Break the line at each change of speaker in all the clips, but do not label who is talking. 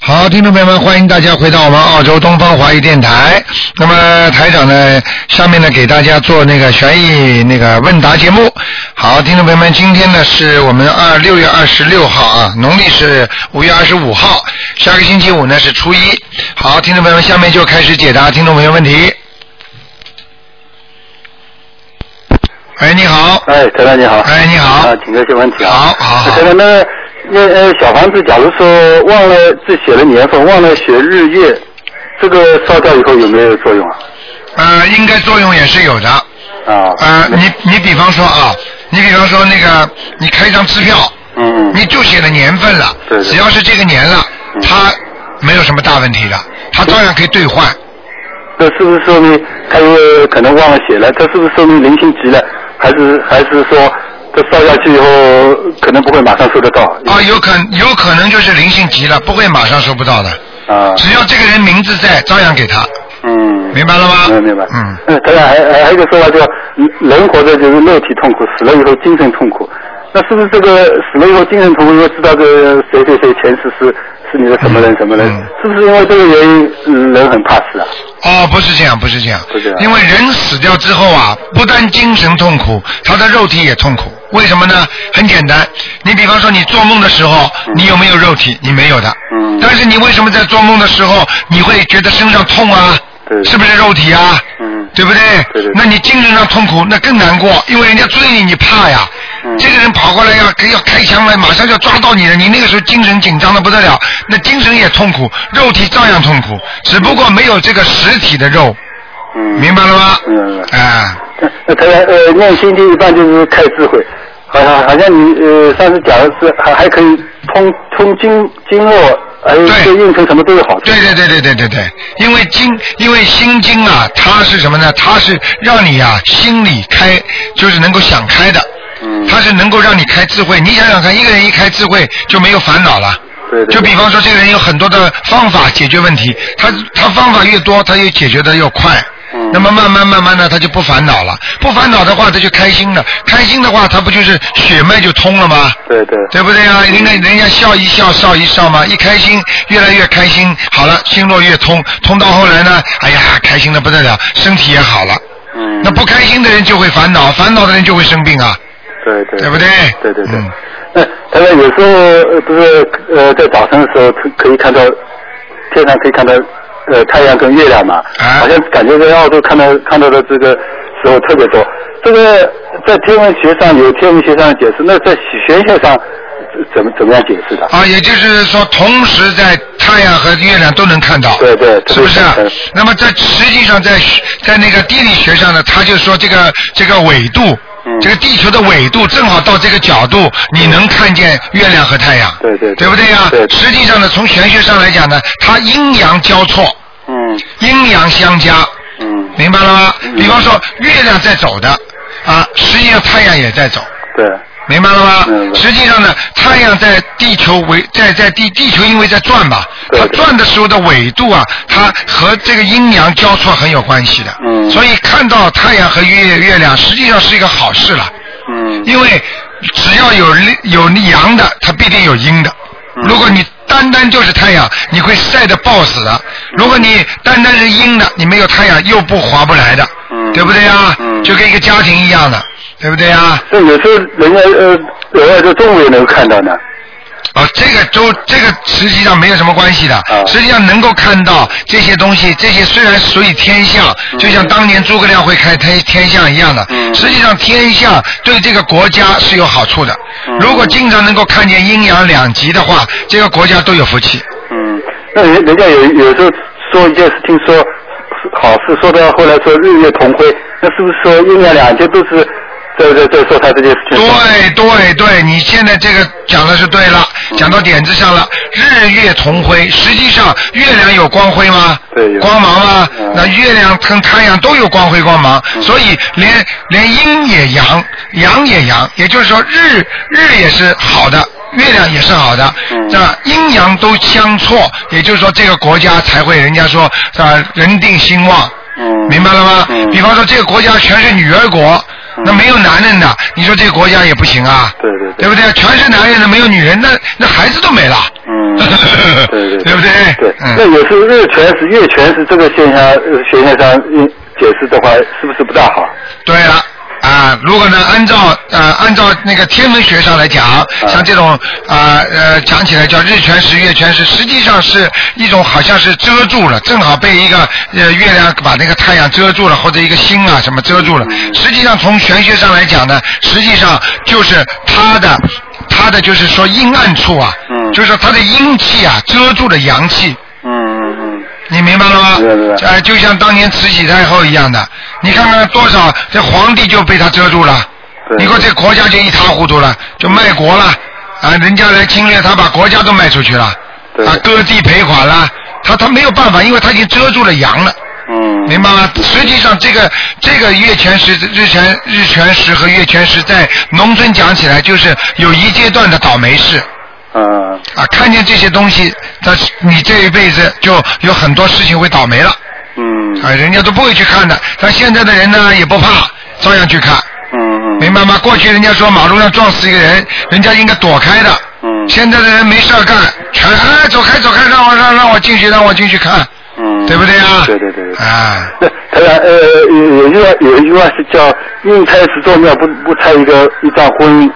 好，听众朋友们，欢迎大家回到我们澳洲东方华语电台。那么台长呢，下面呢给大家做那个悬疑那个问答节目。好，听众朋友们，今天呢是我们二六月二十六号啊，农历是五月二十五号，下个星期五呢是初一。好，听众朋友们，下面就开始解答听众朋友问题。哎，你好，
哎，台长你好。
哎你好
啊，请教些问题啊。
好好好
台长，那那呃，小房子，假如说忘了只写了年份，忘了写日月，这个烧掉以后有没有作用啊？
呃，应该作用也是有的。
啊。
呃，你你比方说啊，你比方说那个，你开一张支票，
嗯。
你就写了年份了，
对嗯对
只要是这个年了，它没有什么大问题的，它照样可以兑换。
这是不是说明他有可能忘了写了？这是不是说明灵性急了？还是还是说这烧下去以后可能不会马上收得到？
啊，有可有可能就是灵性急了，不会马上收不到的。
啊。
只要这个人名字在，照样给他。
嗯。
明白了吗？
明白明白。
嗯。
嗯，当然还还还有一个说法叫人活着就是肉体痛苦，死了以后精神痛苦。那是不是这个死了以后精神痛苦，又知道这个谁谁谁前世是是你的什么
嗯
人什么人？是不是因为这个原因嗯人很怕死啊？
哦，不是这样，不是这样，
不是啊
因为人死掉之后啊，不单精神痛苦，他的肉体也痛苦。为什么呢？很简单，你比方说你做梦的时候，你有没有肉体？你没有的。嗯。但是你为什么在做梦的时候，你会觉得身上痛啊？对。是不是肉体啊？嗯。对不对？对对。那你精神上痛苦，那更难过，因为人家追你，你怕呀。这个人跑过来要要开枪了，马上就要抓到你了，你那个时候精神紧张的不得了，那精神也痛苦，肉体照样痛苦，只不过没有这个实体的肉，
嗯。
明白了吗？
嗯。
哎，
那他呃念心经一般就是开智慧，好像好像你呃上次讲的是还还可以通通经经络，还有对运程什么都有好处。
对对对对对对对，因为经，因为心经啊，它是什么呢？它是让你啊心里开，就是能够想开的，
嗯
它是能够让你开智慧。你想想看，一个人一开智慧就没有烦恼了。
对
就比方说，这个人有很多的方法解决问题，他他方法越多，他越解决的越快。
嗯
那么慢慢慢慢的，他就不烦恼了。不烦恼的话，他就开心了。开心的话，他不就是血脉就通了吗？
对嗯对。
对不对啊？人家人家笑一笑，笑一笑嘛，一开心，越来越开心。好了，心络越通，通到后来呢，哎呀，开心的不得了，身体也好了。
嗯。
那不开心的人就会烦恼，烦恼的人就会生病啊。
对对，
对不对？嗯
对对对。那他说有时候呃不是呃在早上的时候可可以看到天上可以看到呃太阳跟月亮嘛，
啊
好像感觉在澳洲看到看到的这个时候特别多。这个在天文学上有天文学上的解释，那在玄学上呃怎么怎么样解释的？
啊，也就是说，同时在太阳和月亮都能看到，
对对，
是不是啊
特别？
那么在实际上在学在那个地理学上呢，他就说这个这个纬度，
嗯
这个地球的纬度正好到这个角度，你能看见月亮和太阳，
对对
对不对呀、
对
实际上呢，从玄学上来讲呢，它阴阳交错，
嗯，
阴阳相加，
嗯，
明白了吗？比方说月亮在走的，啊，实际上太阳也在走，
对，
明白了吗？实际上呢，太阳在地球围在在地地球因为在转嘛，它转的时候的纬度啊，它和这个阴阳交错很有关系的。嗯。所以看到太阳和月月亮，实际上是一个好事了。
嗯。
因为只要有有阳的，它必定有阴的。
嗯
如果你单单就是太阳，你会晒得暴死的；如果你单单是阴的，你没有太阳又不划不来的，
嗯
对不对呀？就跟一个家庭一样的，对不对呀？
那有时候人家呃偶尔在中午也能看到呢。
啊，这个都这个实际上没有什么关系的，实际上能够看到这些东西，这些虽然属于天象，就像当年诸葛亮会开天天象一样的，实际上天象对这个国家是有好处的。如果经常能够看见阴阳两极的话，这个国家都有福气。
嗯，那人人家有有时候说一件事情说好事，说到后来说日月同辉，那是不是说阴阳两界都是在在在说他这件事情？
对对对，你现在这个讲的是对了，
嗯
讲到点子上了。日月同辉，实际上月亮有光辉吗？
对有嗯
光芒吗？那月亮跟太阳都有光辉光芒，所以连连阴也阳，阳也阳，也就是说日日也是好的，月亮也是好的，
嗯
那阴阳都相错，也就是说这个国家才会人家说啊人定兴旺。
嗯
明白了吗？比方说这个国家全是女儿国，那没有男人的，你说这个国家也不行啊，
嗯对对
对不对？全是男人的，没有女人，那那孩子都没了，
嗯，对对
对不对？
对，
嗯
那也是日全食、月全食这个现象，呃现象上嗯解释的话，是不是不大好？
对了。啊，如果呢，按照呃按照那个天文学上来讲，像这种啊呃讲起来叫日全食、月全食，实际上是一种好像是遮住了，正好被一个呃月亮把那个太阳遮住了，或者一个星啊什么遮住了。实际上从玄学上来讲呢，实际上就是它的它的就是说阴暗处啊，就是说它的阴气啊遮住了阳气。你明白了吗？哎，就像当年慈禧太后一样的，你看看多少这皇帝就被他遮住了，你说这国家就一塌糊涂了，就卖国了啊！人家来侵略，他把国家都卖出去了，啊，割地赔款了，他他没有办法，因为他已经遮住了阳了。明白吗？实际上，这个这个月全食、日全日全食和月全食，在农村讲起来，就是有一阶段的倒霉事。
嗯。
啊，看见这些东西，但是你这一辈子就有很多事情会倒霉了。
嗯。
啊，人家都不会去看的，但现在的人呢也不怕，照样去看。
嗯
嗯。明白吗？过去人家说马路上撞死一个人，人家应该躲开的。嗯。现在的人没事儿干，全哎走开走开，让我让让我进去让我进去看。
嗯，
对不对啊
对对对对。
啊。
那台长，呃，有有一句话有一句话是叫“宁拆十座庙，不不拆一个一桩婚姻”，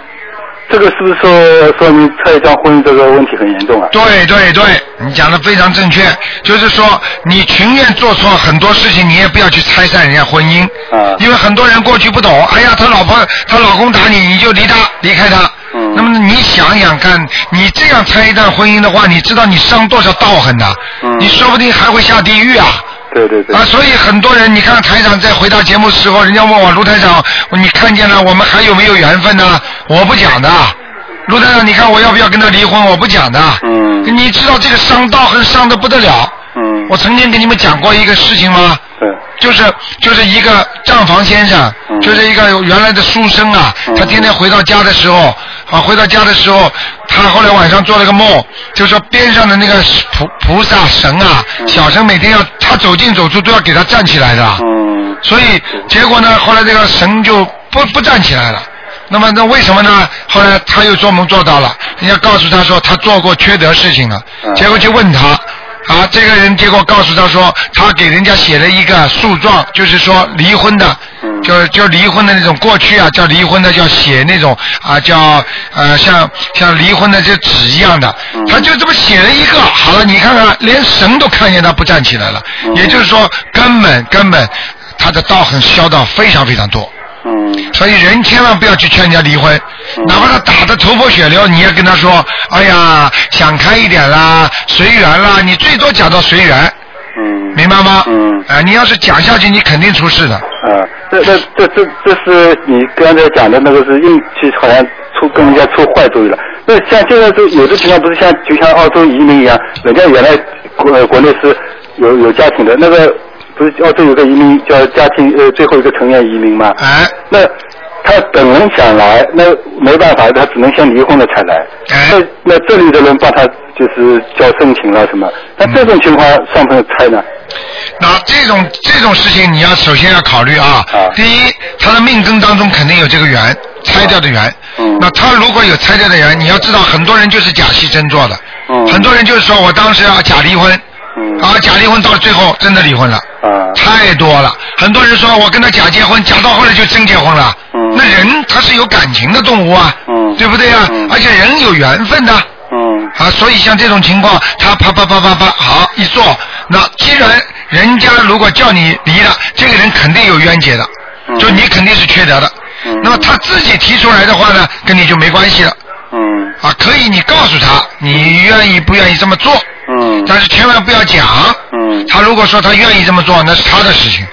这个是不是说说明拆一桩婚姻这个问题很严重啊？
对对对，你讲的非常正确，就是说你情愿做错很多事情，你也不要去拆散人家婚姻。啊。因为很多人过去不懂，哎呀，他老婆他老公打你，你就离他离开他。嗯。那么你想想看，你这样拆一段婚姻的话，你知道你伤多少道痕呐、嗯。你说不定还会下地狱啊。
对对对。
啊，所以很多人，你看台长在回答节目时候，人家问我卢台长，你看见了我们还有没有缘分呢？我不讲的，卢台长，你看我要不要跟他离婚？我不讲的。嗯。你知道这个伤道很伤的不得了。嗯。我曾经给你们讲过一个事情吗？
对。
就是就是一个账房先生，就是一个原来的书生啊，他天天回到家的时候，啊，回到家的时候，他后来晚上做了个梦，就说边上的那个菩菩萨神啊，小神每天要他走进走出都要给他站起来的，所以结果呢，后来这个神就不不站起来了。那么那为什么呢？后来他又做梦做到了，人家告诉他说他做过缺德事情了，结果就问他，啊，这个人结果告诉他说他给人家写了一个诉状，就是说离婚的，就就离婚的那种过去啊，叫离婚的叫写那种啊叫呃像像离婚的这纸一样的，他就这么写了一个，好了，你看看连神都看见他不站起来了，也就是说根本根本他的道行消到非常非常多。所以人千万不要去劝人家离婚，
嗯
哪怕他打得头破血流，你也跟他说：“哎呀，想开一点啦，随缘啦。”你最多讲到随缘，
嗯，
明白吗？
嗯，
啊，你要是讲下去，你肯定出事的。
啊，那那这这这是你刚才讲的那个是运气，好像出跟人家出坏主意了。那像现在这有的情况不是像就像澳洲移民一样，人家原来国、呃、国内是有有家庭的，那个不是澳洲有个移民叫家庭呃最后一个成员移民嘛？
哎，
那他本人想来，那没办法，他只能先离婚了才来。
哎
那那这里的人帮他就是叫申请了什么？那这种情况算不算拆呢？
那这种这种事情，你要首先要考虑啊。第一，他的命根当中肯定有这个缘，拆掉的缘。那他如果有拆掉的缘，你要知道，很多人就是假戏真做的。很多人就是说我当时要假离婚，啊，假离婚到最后真的离婚了。太多了，很多人说我跟他假结婚，假到后来就真结婚了。
嗯
那人他是有感情的动物啊，对不对啊？
嗯
而且人有缘分的。啊，所以像这种情况，他啪啪啪啪啪，好一做，那既然人家如果叫你离了，这个人肯定有冤结的，
嗯
就你肯定是缺德的。那么他自己提出来的话呢，跟你就没关系了。
嗯。
啊，可以，你告诉他你愿意不愿意这么做。
嗯。
但是千万不要讲。
嗯。
他如果说他愿意这么做，那是他的事情。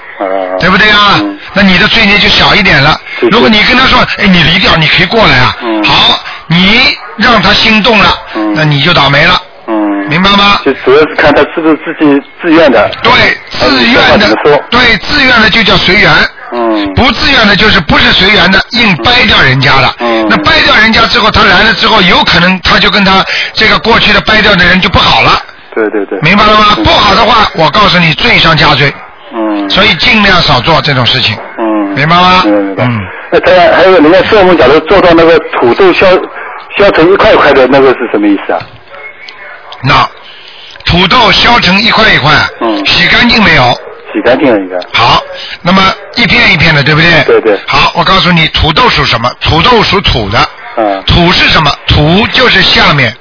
对不对啊？那你的罪孽就小一点了。如果你跟他说，哎，你离掉，你可以过来啊。
嗯
好，你让他心动了，那你就倒霉了。明白吗？
嗯就主要是看他是不是自己自愿的。
对，自愿的，对，自愿的就叫随缘。
嗯。
不自愿的，就是不是随缘的，硬掰掉人家了。嗯。那掰掉人家之后，他来了之后，有可能他就跟他这个过去的掰掉的人就不好了。
对对嗯对。
明白了吗？不好的话，我告诉你，罪上加罪。
嗯。
所以尽量少做这种事情。嗯
嗯。
明白吗？
明白。那他还有人家说我们假如做到那个土豆削削成一块一块的那个是什么意思啊？
那土豆削成一块一块，
嗯
洗干净没有？
洗干净了应该。
好，那么一片一片的，对不对？
对对。
好，我告诉你，土豆属什么？土豆属土的。
嗯。
土是什么？土就是下面，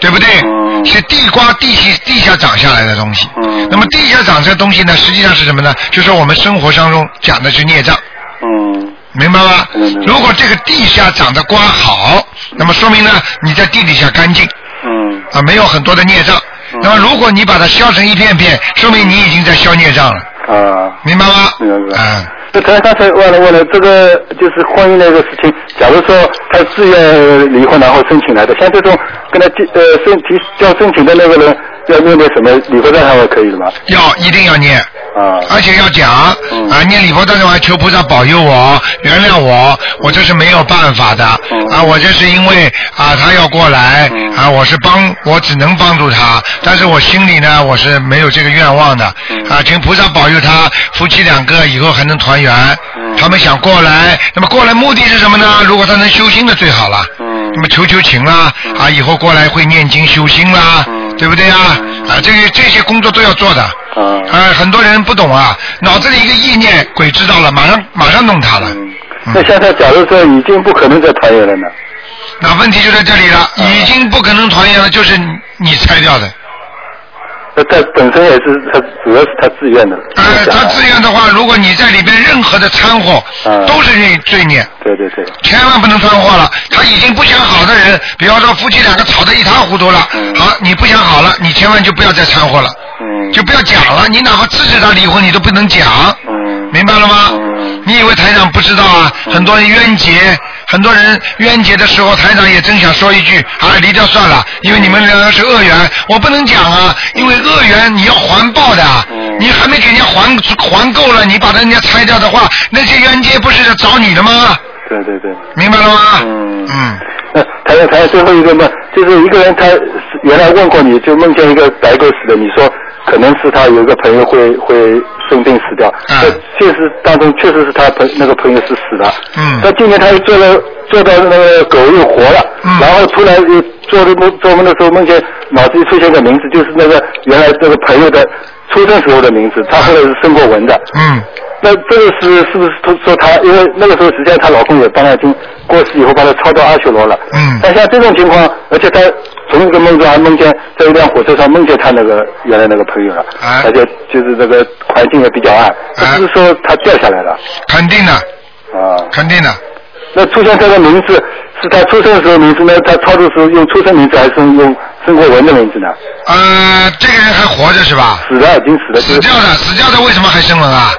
对不对？
嗯
是地瓜地下地下长下来的东西。那么地下长这东西呢，实际上是什么呢？就是我们生活当中讲的是孽障。
嗯。
明白吗？如果这个地下长的瓜好，那么说明呢你在地底下干净。
嗯。
啊，没有很多的孽障。那么如果你把它削成一片片，说明你已经在消孽障了。
啊。
明白吗？嗯
明白明白。那他刚才问了问了，这个就是婚姻的一个事情。假如说他自愿离婚，然后申请来的，像这种跟他提呃申提要申请的那个人，要面对什么离婚状态会可以的吗？
要一定要念。
啊。
而且要讲啊，念礼佛大忏悔求菩萨保佑我，原谅我，我这是没有办法的啊，我这是因为啊他要过来啊，我是帮我只能帮助他，但是我心里呢我是没有这个愿望的啊，请菩萨保佑他夫妻两个以后还能团圆。他们想过来，那么过来目的是什么呢？如果他能修心的最好了。那么求求情啦，啊，以后过来会念经修心啦，对不对啊？啊，这些这些工作都要做的。
啊。
啊，很多人不懂啊，脑子里一个意念，鬼知道了，马上马上弄他了。嗯
那像他假如说已经不可能再团圆了呢？
那问题就在这里了，已经不可能团圆了，就是你你拆掉的。
那他本身也是他主要是他自愿的。
呃，
啊
他自愿的话，如果你在里边任何的掺和，都是罪罪孽。
嗯对对对。
千万不能穿货了，他已经不想好的人，比方说夫妻两个吵得一塌糊涂了，
嗯
好，你不想好了，你千万就不要再掺和了，就不要讲了，你哪怕支持他离婚，你都不能讲，明白了吗？你以为台长不知道啊？很多人冤结，很多人冤结的时候，台长也真想说一句啊，离掉算了，因为你们两个是恶缘，我不能讲啊，因为恶缘你要还报的，啊
嗯
你还没给人家还还够了，你把人家拆掉的话，那些冤结不是找你的吗？
对对对。
明白了吗？
嗯
嗯。
那还有还有最后一个梦，就是一个人他原来问过你，就梦见一个白狗死的，你说可能是他有一个朋友会会生病死掉，那、现实当中确实是他朋那个朋友是死了，
嗯
那今年他又做了做到那个狗又活了，
嗯
然后突然又做的梦做梦的时候梦见脑子里出现个名字，就是那个原来这个朋友的出生时候的名字，他后来是生过文的，
嗯，
那这个是是不是说说她？因为那个时候实际上她老公也帮她已经过世以后，把她超到阿修罗了。
嗯。
但像这种情况，而且她从一个梦中还梦见在一辆火车上梦见她那个原来那个朋友了，
哎
而且就是这个环境也比较暗，那
啊
是不是说她掉下来了？
肯定的，
啊。
肯定的。
那出现这个名字是她出生的时候名字呢？她超度时候用出生名字还是用生活文的名字呢？
呃，这个人还活着是吧？
死了，已经死了。
死掉的，死掉的为什么还生文啊？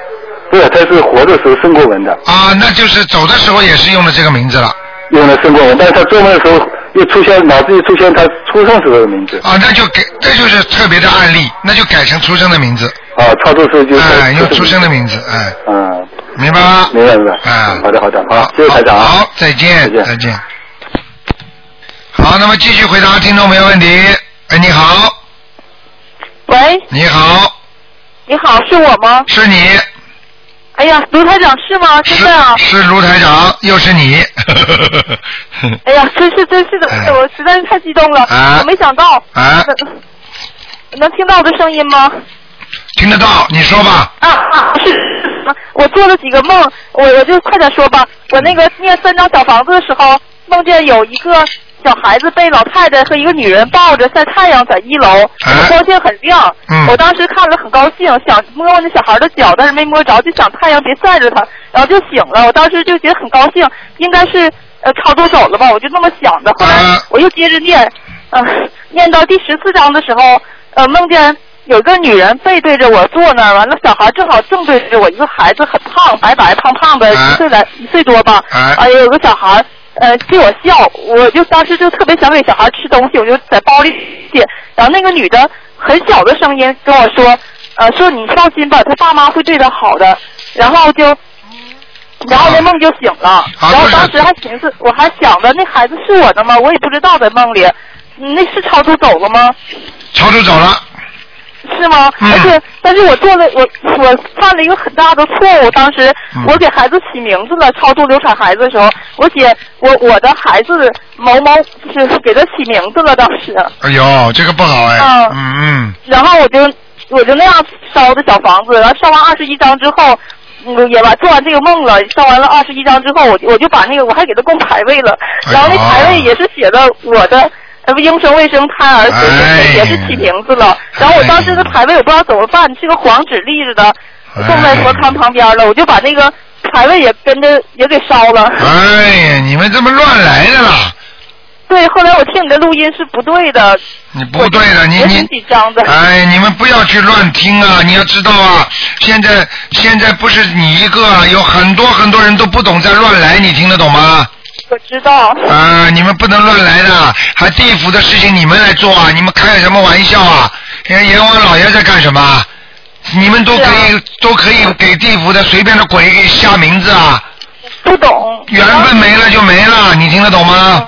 对，她是活的时候生过文的。
啊，那就是走的时候也是用了这个名字了。
用了生过文，但是他做梦的时候又出现脑子里出现他出生时候的名字。
啊，那就给，这就是特别的案例，那就改成出生的名字。
啊，操作时候就
哎，用出生的名字，哎。
嗯。
明白吗？
明白明白。
啊，
好的好的，好，谢谢台长啊。
好，再见，再见。好，那么继续回答听众朋友问题。哎，你好，
喂，
你好，
你好，是我吗？
是你。
哎呀，卢台长是吗？真的啊！
是卢台长，又是你。
哎呀，真是真是的，我实在是太激动了，
哎啊
我没想到。
啊
能能听到我的声音吗？
听得到，你说吧。
啊啊，是。我做了几个梦，我我就快点说吧。我那个念三张小房子的时候，梦见有一个小孩子被老太太和一个女人抱着晒太阳，在一楼，光线很亮。
嗯
我当时看了很高兴，想摸摸那小孩的脚，但是没摸着，就想太阳别晒着他，然后就醒了。我当时就觉得很高兴，应该是呃超多手了吧，我就那么想的。后来我又接着念，呃， 念到第十四章的时候，呃，梦见有个女人背对着我坐那儿，完了小孩正好正对着我，一个孩子很胖，白白胖胖的，一岁来一岁多吧，
哎
哎，有个小孩儿，呃，对我笑，我就当时就特别想给小孩吃东西，我就在包里捡，然后那个女的很小的声音跟我说，呃，说你放心吧，他爸妈会对他好的，然后就，然后那梦就醒了，然后当时还寻思，我还想着那孩子是我的吗？我也不知道在梦里，嗯那是超度走了吗？
超度走了，
是的吗？
嗯
而且，但是我做了，我我犯了一个很大的错误。当时
嗯
我给孩子起名字了，超度流产孩子的时候，我写我我的孩子某某，就是给他起名字了。当时，
哎呦，这个不好哎，
嗯
嗯嗯，
然后我就我就那样烧的小房子，然后烧完二十一章之后。嗯，也完做完这个梦了，烧完了二十一章之后，我就我就把那个我还给他供牌位了，
哎呦
然后那牌位也是写的我的呃应生卫生胎儿随
哎
随也是起名字了，然后我当时的牌位我不知道怎么办，是个黄纸立着的，
哎
供在佛龛旁边了，我就把那个牌位也跟着也给烧了。
哎呀，你们这么乱来的啦，
对，后来我听你的录音是不对的，
你不对的，你
也
你
挺紧张的。
哎，你们不要去乱听啊！你要知道啊，现在现在不是你一个啊，有很多很多人都不懂在乱来，你听得懂吗？
我知道，
啊，你们不能乱来的，还地府的事情你们来做啊！你们开什么玩笑啊？阎阎王老爷在干什么？你们都可
啊
以、都可以给地府的随便的鬼给下名字啊！
不懂。
缘分没了就没了，你听得懂吗？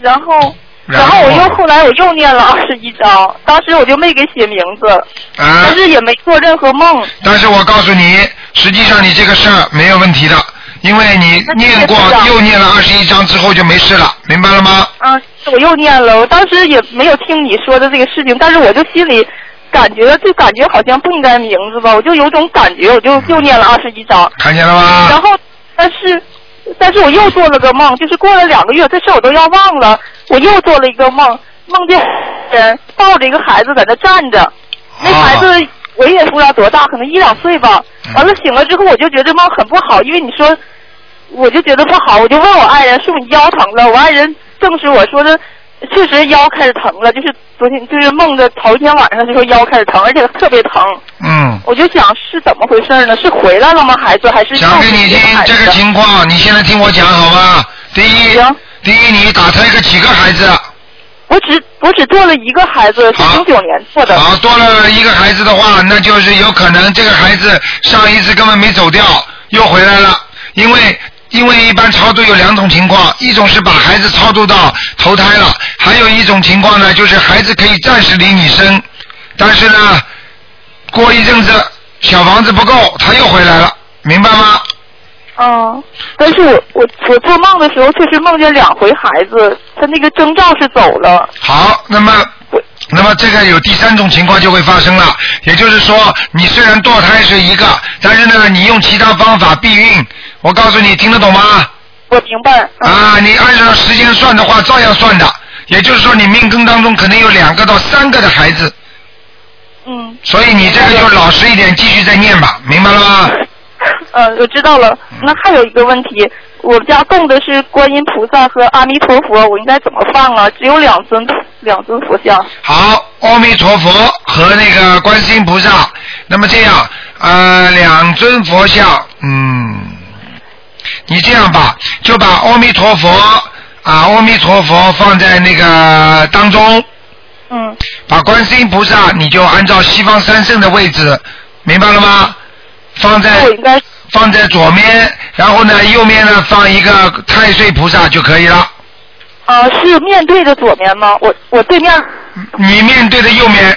然后，嗯然后我又后来我又念了二十一章，当时我就没给写名字，
啊
但！是也没做任何梦。
但是我告诉你，实际上你这个事儿没有问题的，因为你
那这个
念过
是的
又念了二十一章之后就没事了，明白了吗？
嗯，我又念了，我当时也没有听你说的这个事情，但是我就心里感觉就感觉好像不应该名字吧，我就有种感觉，我就又念了二十一章，
看见了
然
吗？
后但是但是我又做了个梦，就是过了两个月，这事我都要忘了，我又做了一个梦，梦见人抱着一个孩子在那站着，那孩
啊、
子我也不知道多大，可能一两岁吧。完了醒了之后，我就觉得这梦很不好，因为你说，我就觉得不好，我就问我爱人是不是你腰疼了？我爱人证实我说的，确实腰开始疼了，就是昨天就是梦的头一天晚上就说腰开始疼，而且特别疼。
嗯，
我就想是怎么回事呢？是回来了吗？孩子还是
讲给你听
孩子
这个情况，你现在听我讲好吗？第一
行，
第一，你打胎个几个孩子？
我只我只做了一个孩子，是
好
零九年做的。
好，多了一个孩子的话，那就是有可能这个孩子上一次根本没走掉，又回来了，因为。因为一般超度有两种情况，一种是把孩子超度到投胎了，还有一种情况呢，就是孩子可以暂时离你身，但是呢，过一阵子小房子不够，他又回来了，明白吗？
嗯，但是我我我做梦的时候确实梦见两回孩子，他那个征兆是走了。
好，那么。那么这个有第三种情况就会发生了，也就是说，你虽然堕胎是一个，但是呢，你用其他方法避孕。我告诉你，听得懂吗？
我明白。嗯
啊，你按照时间算的话，照样算的。也就是说，你命根当中可能有两个到三个的孩子，
嗯
所以你这个就老实一点，继续再念吧，明白了吗？
呃，我知道了。
嗯
那还有一个问题，我家供的是观音菩萨和阿弥陀佛，我应该怎么放啊？只有两尊两尊佛像。
好，阿弥陀佛和那个观世音菩萨。那么这样，呃，两尊佛像，嗯，你这样吧，就把阿弥陀佛啊，阿弥陀佛放在那个当中，
嗯
把观世音菩萨你就按照西方三圣的位置，明白了吗？放在
那我应该
放在左面，然后呢，右面呢放一个太岁菩萨就可以了。
呃是面对着左面吗？我我对面，
你面对的右面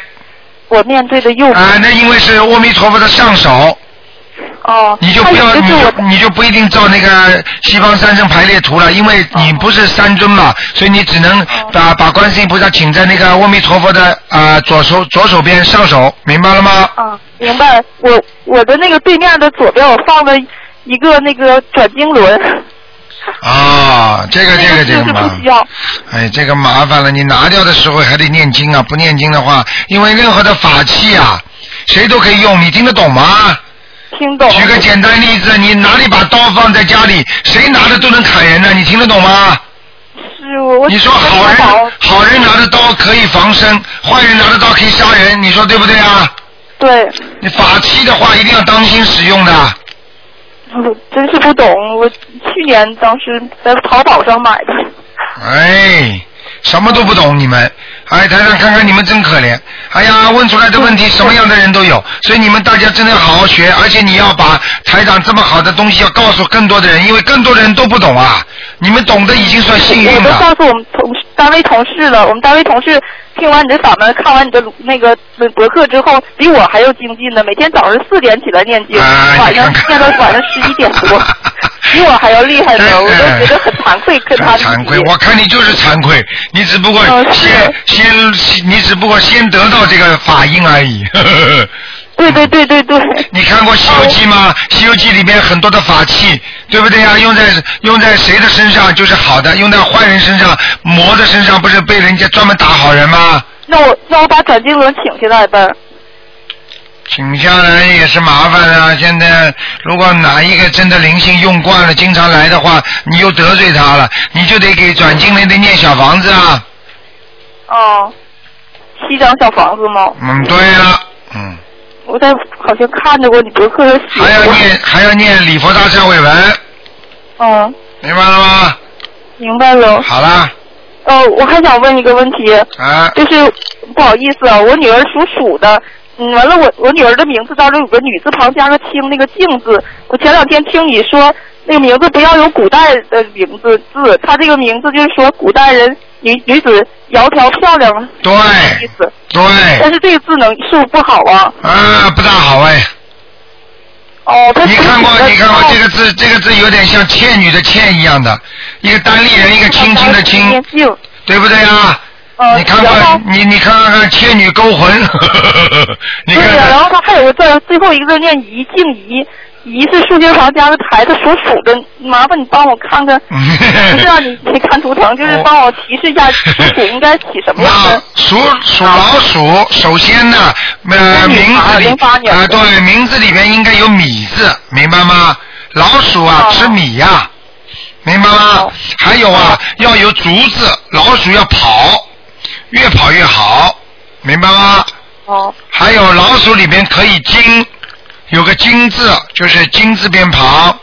我面对着右面。
啊、那因为是阿弥陀佛的上手，
哦、
你就
还
不要，
有
你
就是我
就你就不一定照那个西方三圣排列图了，因为你
哦
不是三尊嘛，所以你只能把把观世音菩萨请在那个阿弥陀佛的啊、呃左手左手边上手，明白了吗？
啊，明白。我我的那个对面的左边，我放了一个那个转经轮，
啊，这个这
那
个
个
这
就
个
是
嘛
不，需要。
哎，这个麻烦了，你拿掉的时候还得念经啊，不念经的话，因为任何的法器啊，谁都可以用，你听得懂吗？
听懂？
举个简单例子，你拿了一把刀放在家里，谁拿着都能砍人呢，你听得懂吗？
是我我
你说好
我
人
懂
好人拿着刀可以防身，坏人拿着刀可以杀人，你说对不对啊？
对，
你法器的话一定要当心使用的。
我真是不懂。我去年当时在淘宝上买的，
哎，什么都不懂你们。哎，台上看看你们真可怜。哎呀，问出来的
嗯
问题什么样的人都有，所以你们大家真的要好好学，而且你要把台长这么好的东西要告诉更多的人，因为更多的人都不懂啊。你们懂得已经算幸
我
运
都
了。
告诉我们同事单位同事了。我们单位同事听完你的嗓门，看完你的那个博客之后，比我还要精进呢。每天早上四点起来念经，
哎
晚上念到晚上十一 点多，比我还要厉害
哎
呢。我都觉得很惭愧，跟他
惭愧，我看你就是惭愧，你只不过先、哦、先，你只不过先得到这个法印而已。 呵呵
对对对对对！
你看过《西游记》吗？哦《西游记》里面很多的法器，对不对呀、啊？用在用在谁的身上就是好的，用在坏人身上、魔的身上，不是被人家专门打好人吗？
那我那我把转经轮请下来呗。
请下来也是麻烦啊！现在如果哪一个真的灵性用惯了，经常来的话，你又得罪他了，你就得给转经轮得念小房子啊。
哦，七张小房子吗？
嗯，对了，嗯。
我在好像看着过你博客上写
还要念还要念礼佛大忏悔文。
嗯。
明白了吗？
明白了。
好啦。
呃，我还想问一个问题。啊。就是不好意思啊，我女儿属鼠的，嗯，完了我我女儿的名字当中有个女字旁加个清那个静字，我前两天听你说那个名字不要有古代的名字字，她这个名字就是说古代人。女女子窈窕漂亮嘛，
对，
意思
对，
但是这个字能是不好啊。
哎啊，不大好哎。
哦，
你看过你看过这个字，这个字有点像倩女的倩一样的，一个单立人，一个青青的青，对不对啊？
呃、
你看看你你看看倩女勾魂，你看看。
对、啊，然后它还有个字，最后一个字念怡静怡。一是竖心旁加个台，它属鼠的，麻烦你帮我 看看，不是让你你看图腾，
哦
就是帮我提示一下属鼠应该起 什么样的。
属属老鼠，首先呢，呃，名字里啊、呃，对，名字里面应该有米字，明白吗？老鼠啊，吃米呀、啊，明白吗？还有啊，要有竹字，老鼠要跑，越跑越好，明白吗？
哦。
还有老鼠里面可以金。有个金字，就是金字边旁，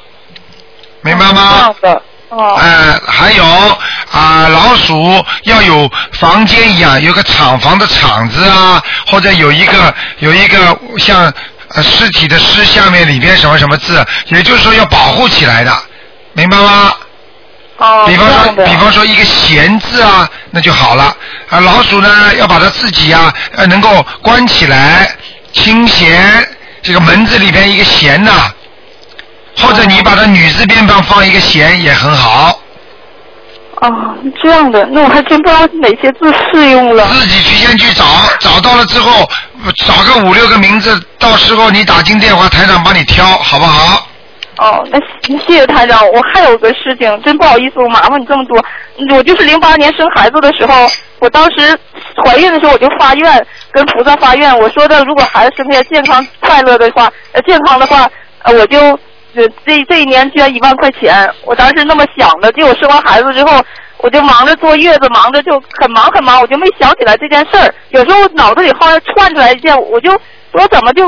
明白
吗？这样嗯的哦。
呃，还有啊、呃，老鼠要有房间一样，有个厂房的厂字啊，或者有一个有一个像、呃、尸体的尸下面里边什么什么字，也就是说要保护起来的，明白吗？
哦。
比方说，比方说一个闲字啊，那就好了。啊，老鼠呢要把它自己啊，呃，能够关起来，清闲。这个门字里边一个闲呐、啊，或者你把它女字边旁放一个闲也很好。
哦，这样的，那我还真不知道哪些字适用了。
自己去先去找，找到了之后，找个五六个名字，到时候你打进电话，台长帮你挑，好不好？
哦，那谢谢台长。我还有个事情，真不好意思，我麻烦你这么多。我就是零八年生孩子的时候，我当时怀孕的时候我就发愿，跟菩萨发愿，我说的如果孩子生下健康快乐的话，呃健康的话，呃我就呃这这一年捐一万块钱。我当时那么想的，结果生完孩子之后，我就忙着坐月子，忙着就很忙很忙，我就没想起来这件事儿。有时候脑子里后来窜出来一件，我就我怎么就。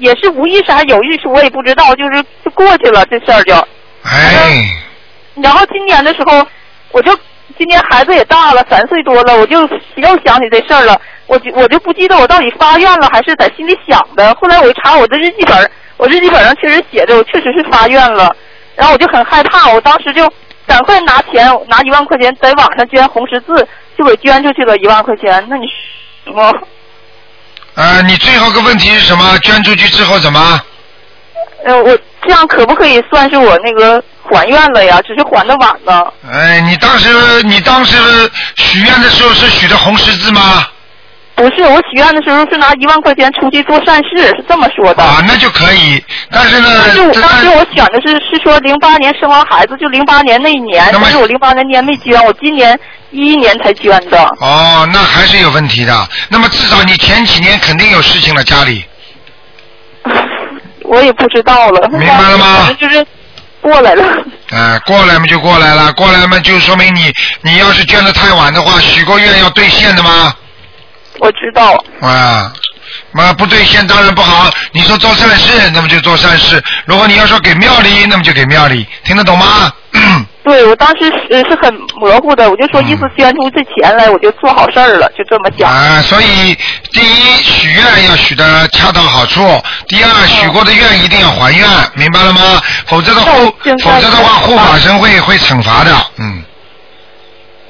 也是无意识还是有意识，我也不知道，就是就过去了这事儿就。
哎。
然后今年的时候，我就今年孩子也大了，三岁多了，我就又想起这事儿了。我就我就不记得我到底发愿了还是在心里想的。后来我一查我的日记本，我日记本上确实写着，我确实是发愿了。然后我就很害怕，我当时就赶快拿钱，拿一万块钱在网上捐红十字，就给捐出去了一万块钱。那你我。
呃，你最后个问题是什么？捐出去之后怎么？
呃，我这样可不可以算是我那个还愿了呀？只是还的晚了。
哎，你当时你当时许愿的时候是许的红十字吗？
不是，我许愿的时候是拿一万块钱出去做善事，是这么说的。
啊，那就可以，但是呢，
但是我当时我选的是是说零八年生完孩子就零八年那一年，但是我零八年年没捐，我今年一一年才捐的。
哦，那还是有问题的。那么至少你前几年肯定有事情了，家里。
我也不知道了。
明白了吗？
反正就是过来了。
哎、嗯，过来嘛就过来了，过来嘛就说明你你要是捐的太晚的话，许过愿要兑现的吗？
我知道。
啊，那不兑现当然不好。你说做善事，那么就做善事；如果你要说给庙里，那么就给庙里。听得懂吗？
对，我当时是呃是很模糊的，我就说
嗯
意思捐出这钱来，我就做好事儿了，就这么想。
啊，所以第一许愿要许的恰到好处，第二、嗯、许过的愿一定要还愿，明白了吗？否则的话，否则的话护法神会会惩罚的，嗯。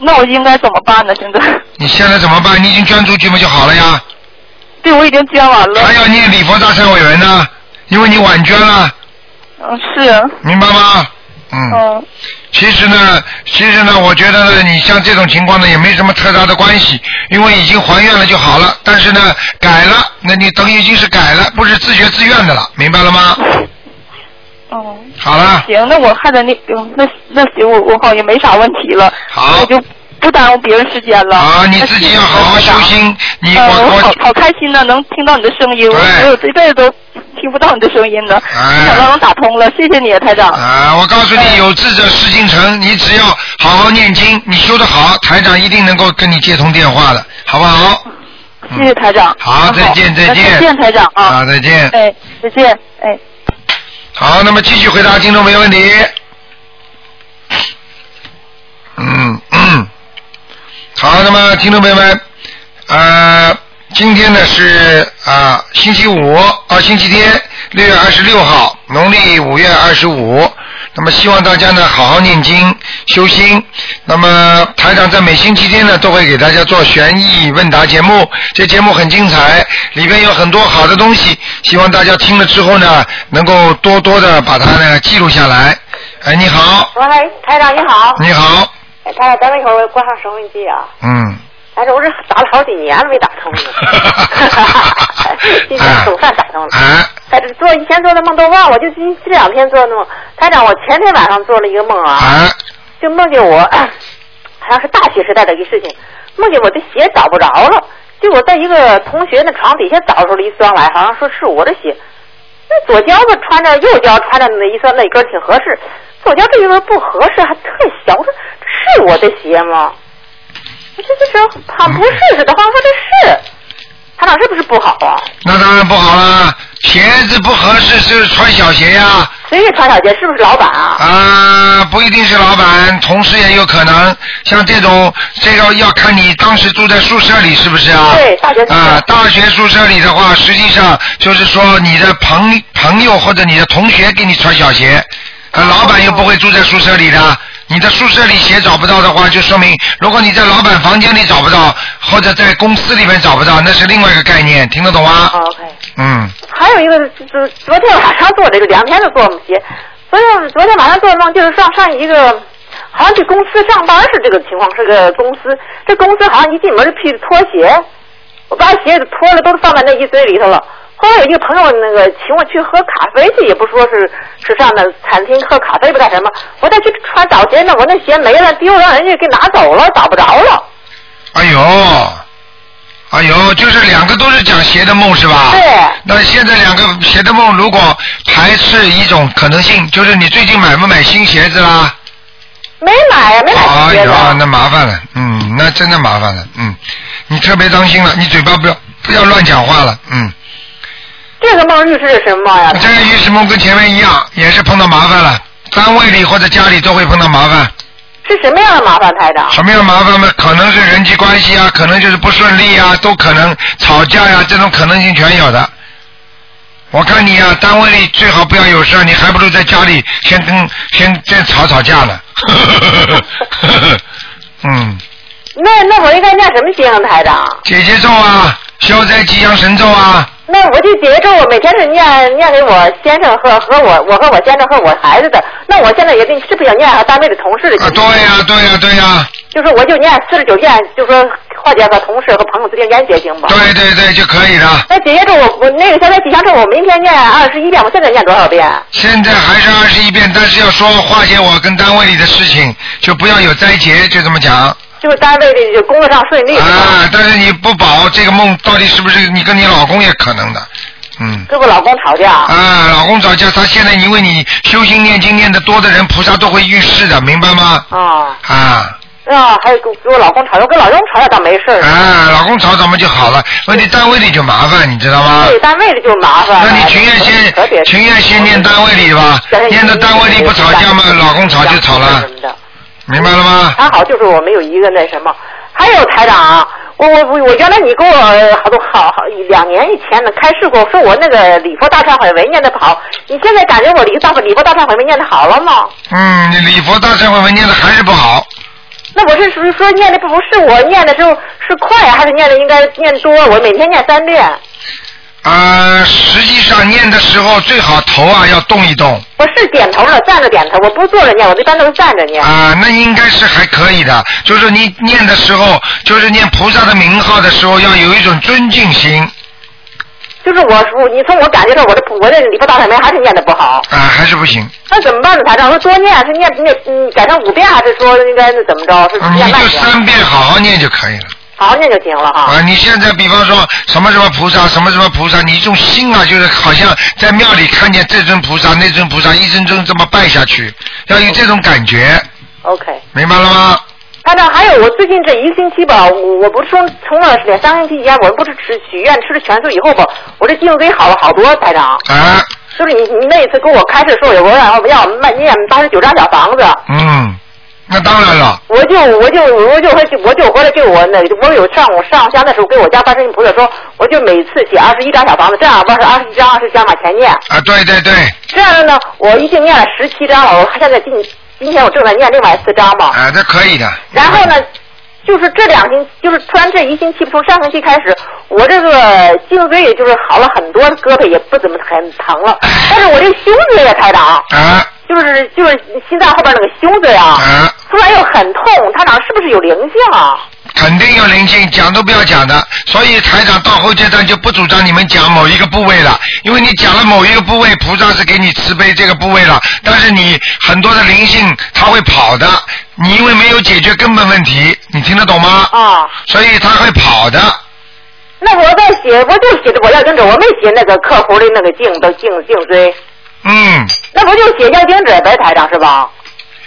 那我应该怎么办呢？现在？
你现在怎么办？你已经捐出去嘛就好了呀。
对，我已经捐完了。
还要念礼佛大忏悔文呢，因为你晚捐了。
嗯，是。
明白吗？嗯。
嗯。
其实呢，其实呢，我觉得呢，你像这种情况呢，也没什么太大的关系，因为已经还愿了就好了。但是呢，改了，那你等于已经是改了，不是自觉自愿的了，明白了吗？
哦、
好了。
行，那我还得那嗯那那行，我我好像也没啥问题了，
好
我就不耽误别人时间了。
啊，你自己要好好修心。你
呃，
我
我好
我
好开心呢，能听到你的声音，我我有这辈子都听不到你的声音呢，
哎
没想到能打通了，谢谢你，台长。
啊，我告诉你，有志者事竟成。你只要好好念经，你修得好，台长一定能够跟你接通电话的，好不好？
谢谢台长。
好，再见，再
那
见。
再见，台长啊。
啊，再见。
哎，再见，哎。
好，那么继续回答听众没问题。嗯嗯，好，那么听众朋友们，呃，今天呢是啊、星期五啊星期天六月二十六号，农历五月二十五。那么希望大家呢好好念经修心。那么台长在每星期天呢都会给大家做悬疑问答节目，这节目很精彩，里边有很多好的东西，希望大家听了之后呢能够多多的把它呢记录下来。哎，你好，
喂，台长你好。
你好，
哎，台长，咱们一会儿我关上收音机啊。
嗯。
哎，这我这打了好几年了没打通呢。今天总算打通了。哎，这做以前做的梦都忘了，我就今这两天做的梦。台长，我前天晚上做了一个梦啊， 就梦见我， 好像是大学时代的一个事情，梦见我这鞋找不着了，就我在一个同学那床底下找出了一双来，好像说是我的鞋。那左脚吧穿着，右脚穿着那一双那根儿挺合适，左脚这一根儿不合适，还特小，这这是我的鞋吗？这这这好像不是似的，好像说这是，他俩是不是不好啊？
那当然不好啦，鞋子不合适是穿小鞋呀、
谁给穿小鞋？是不是老板啊？
啊，不一定是老板，同事也有可能。像这种，这个要看你当时住在宿舍里是不是啊？
对大学宿舍
啊，大学宿舍里的话，实际上就是说你的朋朋友或者你的同学给你穿小鞋，
哦
啊，老板又不会住在宿舍里的。你的宿舍里鞋找不到的话，就说明如果你在老板房间里找不到，或者在公司里面找不到，那是另外一个概念，听得懂吗？
OK。
嗯，
还有一个，就是昨天晚上做的，这两天都做梦鞋。昨天昨天晚上做的梦就是上上一个，好像去公司上班是这个情况，是个公司。这公司好像一进门就披着拖鞋，我把鞋子脱了都放在那衣堆里头了。后来有一个朋友那个请我去喝咖啡去，也不说是是上那餐厅喝咖啡不干什么，我再去穿找鞋呢，我那鞋没了丢了，让人家给拿走了，找不着了。
哎呦，哎呦，就是两个都是讲邪的梦是吧？
对。
那现在两个邪的梦，如果排斥一种可能性，就是你最近买不买新鞋子啦？
没买呀，没买新
哎
鞋
呦
子。，
那麻烦了，嗯，那真的麻烦了，嗯，你特别当心了，你嘴巴不要不要乱讲话了，嗯，
这个梦预示着什么呀？
这个预示梦跟前面一样，也是碰到麻烦了，单位里或者家里都会碰到麻烦。
是什么样的麻烦，台长？
什么样的麻烦呢？可能是人际关系啊，可能就是不顺利啊，都可能吵架呀、这种可能性全有的。我看你啊，单位里最好不要有事儿，你还不如在家里先跟先先吵吵架呢。 嗯，
那那我应该念什么经啊，台长？
姐姐咒啊，消灾吉祥神咒啊，
那我就接着我每天是念念给我先生和和我我和我先生和我孩子的。那我现在也给你是不是也念单位的同事的经？
啊，对呀、对呀、对呀、
就是我就念四十九遍，就说化解和同事和朋友之间冤结经吧。
对对对，就可以了。
那姐姐咒我我那个消灾吉祥咒我明天念二十一遍，我现在念多少遍？
现在还是二十一遍，但是要说化解我跟单位里的事情，就不要有灾劫，就这么讲。
就是单位的工作上顺利。
啊，但是你不保这个梦到底是不是你跟你老公也可能的，嗯。
跟我老公吵架。
啊，老公吵架，他现在因为你修心念经念得多的人，菩萨都会遇事的，明白吗？
啊
啊
啊！还有跟跟我老公吵架，跟老公吵架倒没事儿。
啊，老公吵咱们就好了，问题单位里就麻烦，你知道吗？
对单位的就麻烦了。
那你情愿先情愿先念单位里吧，念到单位里不吵架嘛，老公吵就吵了，明白了吗？
还好就是我们有一个那什么，还有台长啊，我我我我原来你给我呃好多好好两年以前呢开示过，说我那个礼佛大忏悔文念的不好，你现在感觉我礼大礼佛大忏悔文念的好了吗？
嗯，你礼佛大忏悔文念的还是不好，
那我是属于说念的不是我念的时候是快、啊、还是念的应该念多？我每天念三遍。
啊、呃，实际上念的时候最好头啊要动一动。
我是点头了，站着点头，我不坐着念，我一般都是站着念。
啊、呃，那应该是还可以的，就是你念的时候，就是念菩萨的名号的时候，要有一种尊敬心。
就是我，我你从我感觉到我的我的礼佛大忏悔还是念的不好。
啊，还是不行。
那怎么办呢，台长？说多念是念念嗯改成五遍，还是说应该是怎么着？是
嗯你就啊三遍好好念就可以了。
好好念就行了哈。
啊，你现在比方说什么什么菩萨，什么什么菩萨，你一种心啊，就是好像在庙里看见这尊菩萨、那尊菩萨，一尊尊这么拜下去，要有这种感觉。
OK。
明白了吗？
班长，还有我最近这一个星期吧，我不是说从了两三个星期以前，我不是吃许愿吃了全素以后吧，我这颈椎好了好多，班长。
啊。
就是你你那一次跟我开始说我要要卖念八十九张小房子。
嗯，那当然了。
我就我就我就我就回来给我那我有上午上香的时候给我家观世音菩萨说，我就每次写二十一张小房子，这样吧是二十一张二十一张往前念。
啊，对对对。
这样呢，我一共念了十七张了，我现在进。今天我正在念另外四章嘛。
啊，这可以的。
然后呢，就是这两星，就是突然这一星期，从上星期开始，我这个颈椎也就是好了很多，胳膊也不怎么很疼了。但是我这胸椎也开长，
哎啊，
就是就是心脏后边那个胸椎啊，
啊
突然又很痛，他长是不是有灵性啊？
肯定有灵性，讲都不要讲的。所以台长到后阶段就不主张你们讲某一个部位了，因为你讲了某一个部位，菩萨是给你慈悲这个部位了。但是你很多的灵性它会跑的，你因为没有解决根本问题，你听得懂吗？
啊。
所以它会跑的。
那我在写，我就写的我要跟着，我没写那个客户的那个颈的颈颈椎。
嗯。
那不就写药精者呗，台长是吧？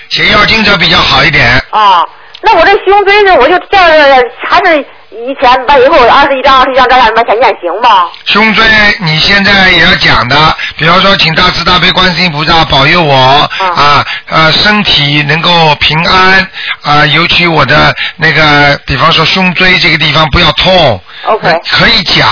写药精者比较好一点。
啊。那我这胸椎呢，我就这样，还是以前完以后二十一张、二十一张，咱俩往前念行吗？
胸椎，你现在也要讲的，比方说，请大慈大悲观世音菩萨保佑我啊啊，身体能够平安啊，尤其我的那个，比方说胸椎这个地方不要痛。嗯
OK。
可以讲，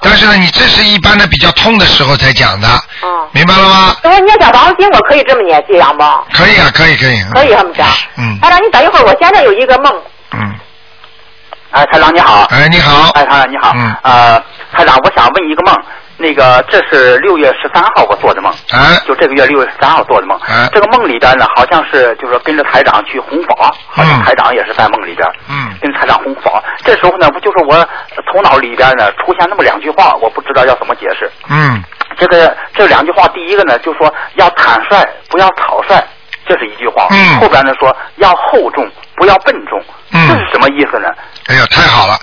但是呢，你这是一般的比较痛的时候才讲的。
嗯。
明白了吗？
我念小房子，我可以这么念这样吗？
可以啊，可以，可以。
可以这么讲。
嗯。
班长，你等一会儿，我现在有一个梦。
嗯。
哎，台长你好。
哎，你好。
哎，台长你好。
嗯。
呃，台长，我想问一个梦，那个这是六月十三号我做的梦，
哎。
就这个月六月十三号做的梦。
哎。
这个梦里边呢，好像是就是跟着台长去弘法，好像台长也是在梦里边。
嗯。
跟着台长弘法，这时候呢，不就是我头脑里边呢出现那么两句话，我不知道要怎么解释。
嗯。
这个这两句话，第一个呢，就说要坦率，不要草率，这是一句话。
嗯
后边呢说要厚重，不要笨重。
嗯
这是什么意思呢？
哎呦，太好了！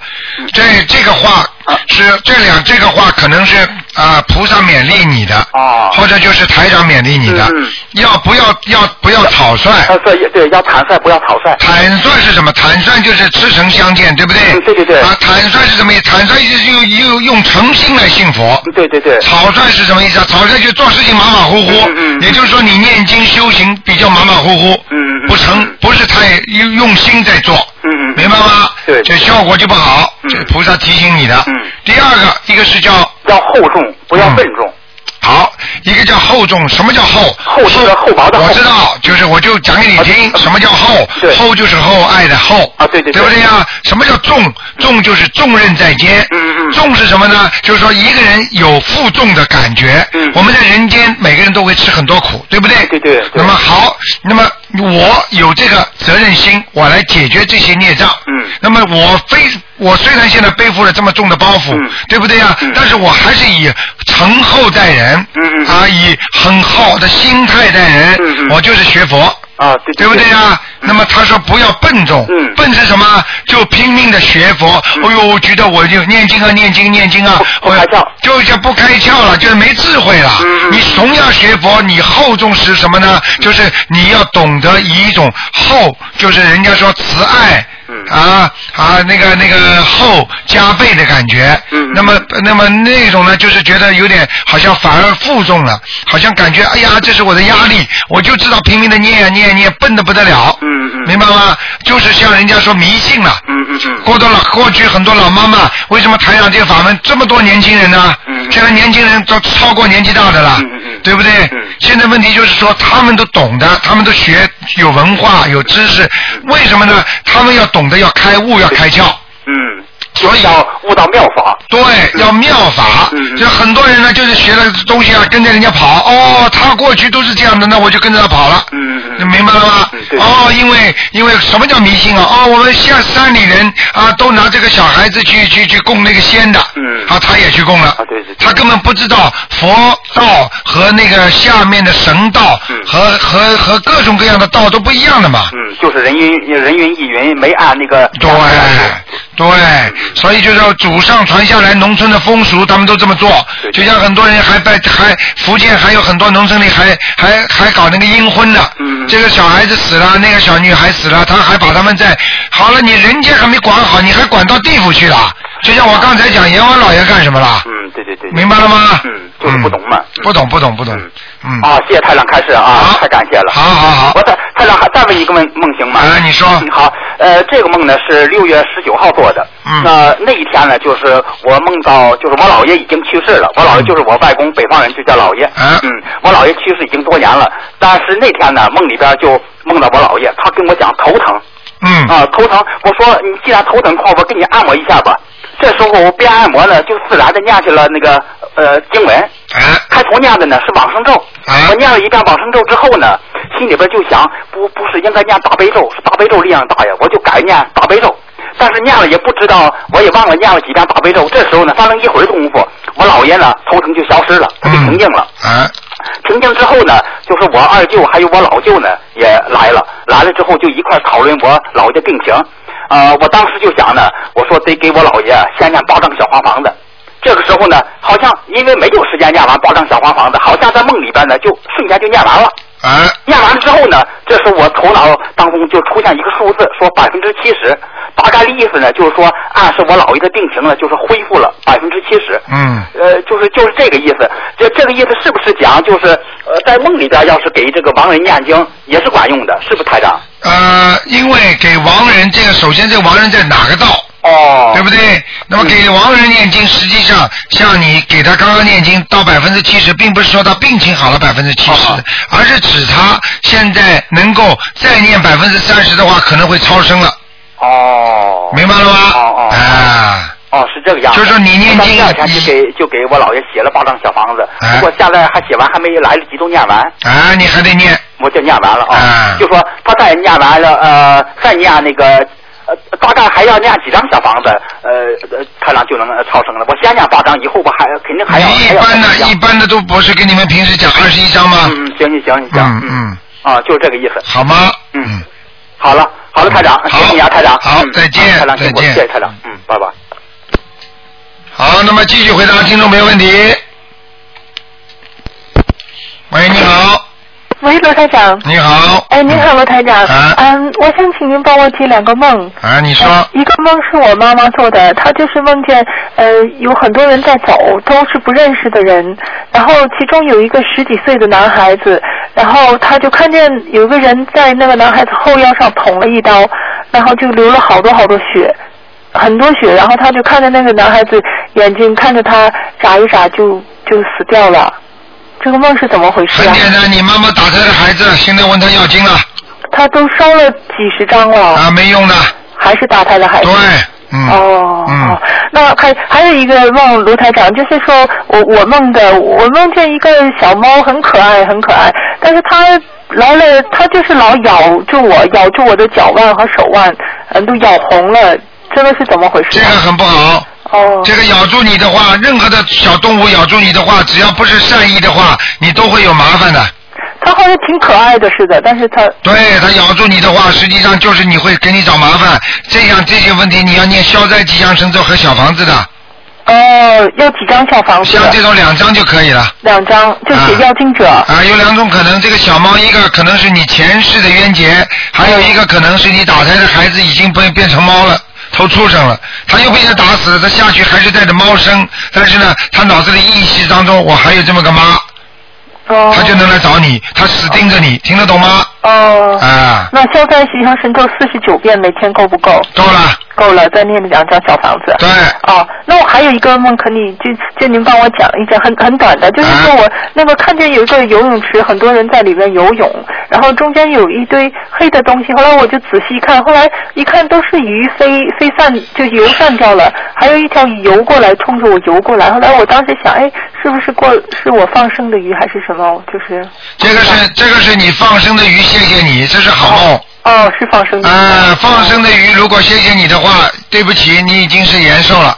这这个话是这两这个话可能是啊、菩萨勉励你的，
哦
或者就是台长勉励你的，
嗯
要不要要不要草率？
啊，对对，要坦率，不要草率。
坦率是什么？坦率就是赤诚相见，对不对？
嗯对对对
啊，坦率是什么意思？坦率就是用用用诚心来信佛。
对对对，
草率是什么意思啊？草率就做事情马马虎虎，
嗯嗯
也就是说你念经修行比较马马虎虎，
嗯嗯
不成不是太用用心在做，
嗯嗯嗯
明白吗？
对
这效果就不好，
嗯
这是菩萨提醒你的。
嗯
第二个，一个是叫嗯
要厚重，不要笨重。
好，一个叫厚重，什么叫厚？
厚是厚薄的厚
我知道，就是我就讲给你听，
啊
什么叫厚？
对
厚就是厚爱的厚。
啊对对
对
对
不对呀？什么叫重？重就是重任在肩。
嗯嗯
重是什么呢？就是说一个人有负重的感觉。
嗯
我们在人间，每个人都会吃很多苦，对不对？
对对对
那么好，那么我有这个责任心，我来解决这些孽障。
嗯
那么我非我虽然现在背负了这么重的包袱，
嗯
对不对呀？
嗯
但是我还是以诚厚待人，
嗯嗯
啊，以很好的心态待人，
嗯嗯
我就是学佛，
啊，对
对不对呀、那么他说不要笨重，
嗯
笨是什么？就拼命的学佛。哎呦，我觉得我就念经啊，念经，念经啊，
不不哦开窍
就叫不开窍了，就是没智慧了。
嗯嗯
你怂要学佛，你厚重是什么呢？就是你要懂得以一种厚，就是人家说慈爱。
嗯
啊啊，那个那个厚加倍的感觉，
嗯嗯
那么那么那种呢，就是觉得有点好像反而负重了，好像感觉哎呀，这是我的压力，我就知道拼命的念呀念呀念，笨的不得了。
嗯嗯
明白吗？就是像人家说迷信了。
嗯嗯嗯
过多老过去很多老妈妈，为什么台长这个法门这么多年轻人呢？
嗯嗯嗯
现在年轻人都超过年纪大的了，对不对？现在问题就是说，他们都懂的，他们都学有文化有知识，为什么呢？他们要懂得要开悟，要开窍。
嗯。所以要悟到妙法，嗯
对，要妙法。就很多人呢，就是学了东西啊，跟着人家跑。哦，他过去都是这样的，那我就跟着他跑了。嗯嗯。明白了吗？哦，因为因为什么叫迷信啊？哦，我们下山里人啊，都拿这个小孩子去去去供那个仙的。嗯。啊，他也去供了。
对对。
他根本不知道佛道和那个下面的神道和和和各种各样的道都不一样的嘛。
嗯，就是人云人云亦云，没按那个。
对对。所以就是祖上传下来农村的风俗，他们都这么做。就像很多人还
嗯
拜还福建还有很多农村里还还还搞那个阴婚呢。嗯。这个小孩子死了，那个小女孩死了，他还把他们在好了，你人家还没管好，你还管到地府去了。就像我刚才讲阎王老爷干什么了？
嗯，对对对。
明白了吗？
嗯，就是不懂嘛。
不懂，不懂，不懂。嗯。
啊，谢谢台长开始啊，太感谢了。
好好好。
我再台长还再问一个梦梦行吗？
啊，你说。
好，呃，这个梦呢是六月十九号做的。嗯。那那一天呢，就是我梦到，就是我姥爷已经去世了。我姥
嗯
爷就是我外公，北方人就叫姥爷。
哎
嗯，我姥爷去世已经多年了，但是那天呢，梦里边就梦到我姥爷，他跟我讲头疼。
嗯。
啊，头疼！我说你既然头疼，快我给你按摩一下吧。这时候我边按摩呢，就自然的念起了那个呃经文。开头念的呢是往生咒。我念了一遍往生咒之后呢，心里边就想，不不是应该念大悲咒，是大悲咒力量大呀，我就改念大悲咒。但是念了也不知道，我也忘了念了几遍大悲咒。这时候呢，翻了一会儿的功夫，我姥爷呢头疼就消失了，他就平静了。
啊、
平静之后呢，就是我二舅还有我老舅呢也来了，来了之后就一块讨论我姥爷病情。啊、呃，我当时就想呢，我说得给我姥爷先念八张小黄房子。这个时候呢，好像因为没有时间念完八张小黄房子，好像在梦里边呢就瞬间就念完了。
啊！
念完了之后呢，这时候我头脑当中就出现一个数字，说百分之七十，大概的意思呢，就是说暗示我姥爷的病情呢，就是恢复了百分之七十。
嗯。
呃，就是就是这个意思，这这个意思是不是讲就是呃，在梦里边要是给这个亡人念经也是管用的，是不是台长？
呃，因为给亡人这个，首先这个亡人在哪个道？
哦，嗯
对不对？那么给亡人念经，实际上像你给他刚刚念经到百分之七十，并不是说他病情好了百分之七十，而是指他现在能够再念百分之三十的话，可能会超生了。
哦，
明白了吗？
哦哦
啊。
哦，是这个样子。
就是你哎念经
啊，就给就给我姥爷写了八张小房子，不过现在还写完，还没来得及都念完。
啊，你还得念。
我就念完了
哎
啊，就说他再念完了，呃，再念那个。呃，大概还要念几张小房子，呃，太郎就能超生了。我先念八张，以后我还肯定还要。
你一般的、一般的都不是跟你们平时讲二十一张吗？
嗯，行行行
行，嗯，
啊，就是这个意思。
好吗？
嗯，好了，好了，台长，谢谢你啊，台长。
好，再见，再见，
谢谢啊台长，嗯，拜拜。
好，那么继续回答听众朋友问题。喂，你好。
喂，罗台长。
你好。
哎，你好，罗台长。啊、嗯，我想请您帮我解两个梦。
啊，你说、
呃。一个梦是我妈妈做的，她就是梦见呃有很多人在走，都是不认识的人。然后其中有一个十几岁的男孩子，然后她就看见有一个人在那个男孩子后腰上捅了一刀，然后就流了好多好多血，很多血。然后她就看着那个男孩子眼睛看着他眨一眨就就死掉了。这个梦是怎么回事
啊？很简单，你妈妈打胎的孩子，现在问他要经了。
他都烧了几十张了。
啊，没用的。
还是打胎的孩子。
对，嗯。
哦。
嗯。
那还还有一个梦，卢台长，就是说我我梦的，我梦见一个小猫很可爱，很可爱，但是它来了，它就是老咬住我，咬住我的脚腕和手腕，嗯，都咬红了，这个是怎么回事、
啊？这个很不好。
哦，
这个咬住你的话，任何的小动物咬住你的话，只要不是善意的话，你都会有麻烦的。
它好像挺可爱的似的，但是它
对它咬住你的话，实际上就是你会给你找麻烦。这样这些问题，你要念消灾吉祥神咒和小房子的。
哦，要几张小房子？
像这种两张就可以了。
两张就写要经者
啊。啊，有两种可能，这个小猫一个可能是你前世的冤结，还有一个可能是你打胎的孩子已经被变成猫了。头畜生了，他又被人打死了，他下去还是带着猫生，但是呢，他脑子里意识当中，我还有这么个妈，
哦、
他就能来找你，他死盯着你，听得懂吗？
哦，
啊，
那消灾吉祥神咒四十九遍，每天够不够？
够了。
够了，再念两张小房子。
对。
哦，那我还有一个梦，可你就就您帮我讲一讲，很很短的，就是
啊
说我那个看见有一个游泳池，很多人在里面游泳，然后中间有一堆黑的东西，后来我就仔细看，后来一看都是鱼飞飞散，就游散掉了，还有一条鱼游过来，冲着我游过来，后来我当时想，哎，是不是过是我放生的鱼还是什么？就是
这个是这个是你放生的鱼，谢谢你，这是好梦。
哦，是放生的鱼。
啊，放生的鱼，如果谢谢你的话，对不起，你已经是延寿了。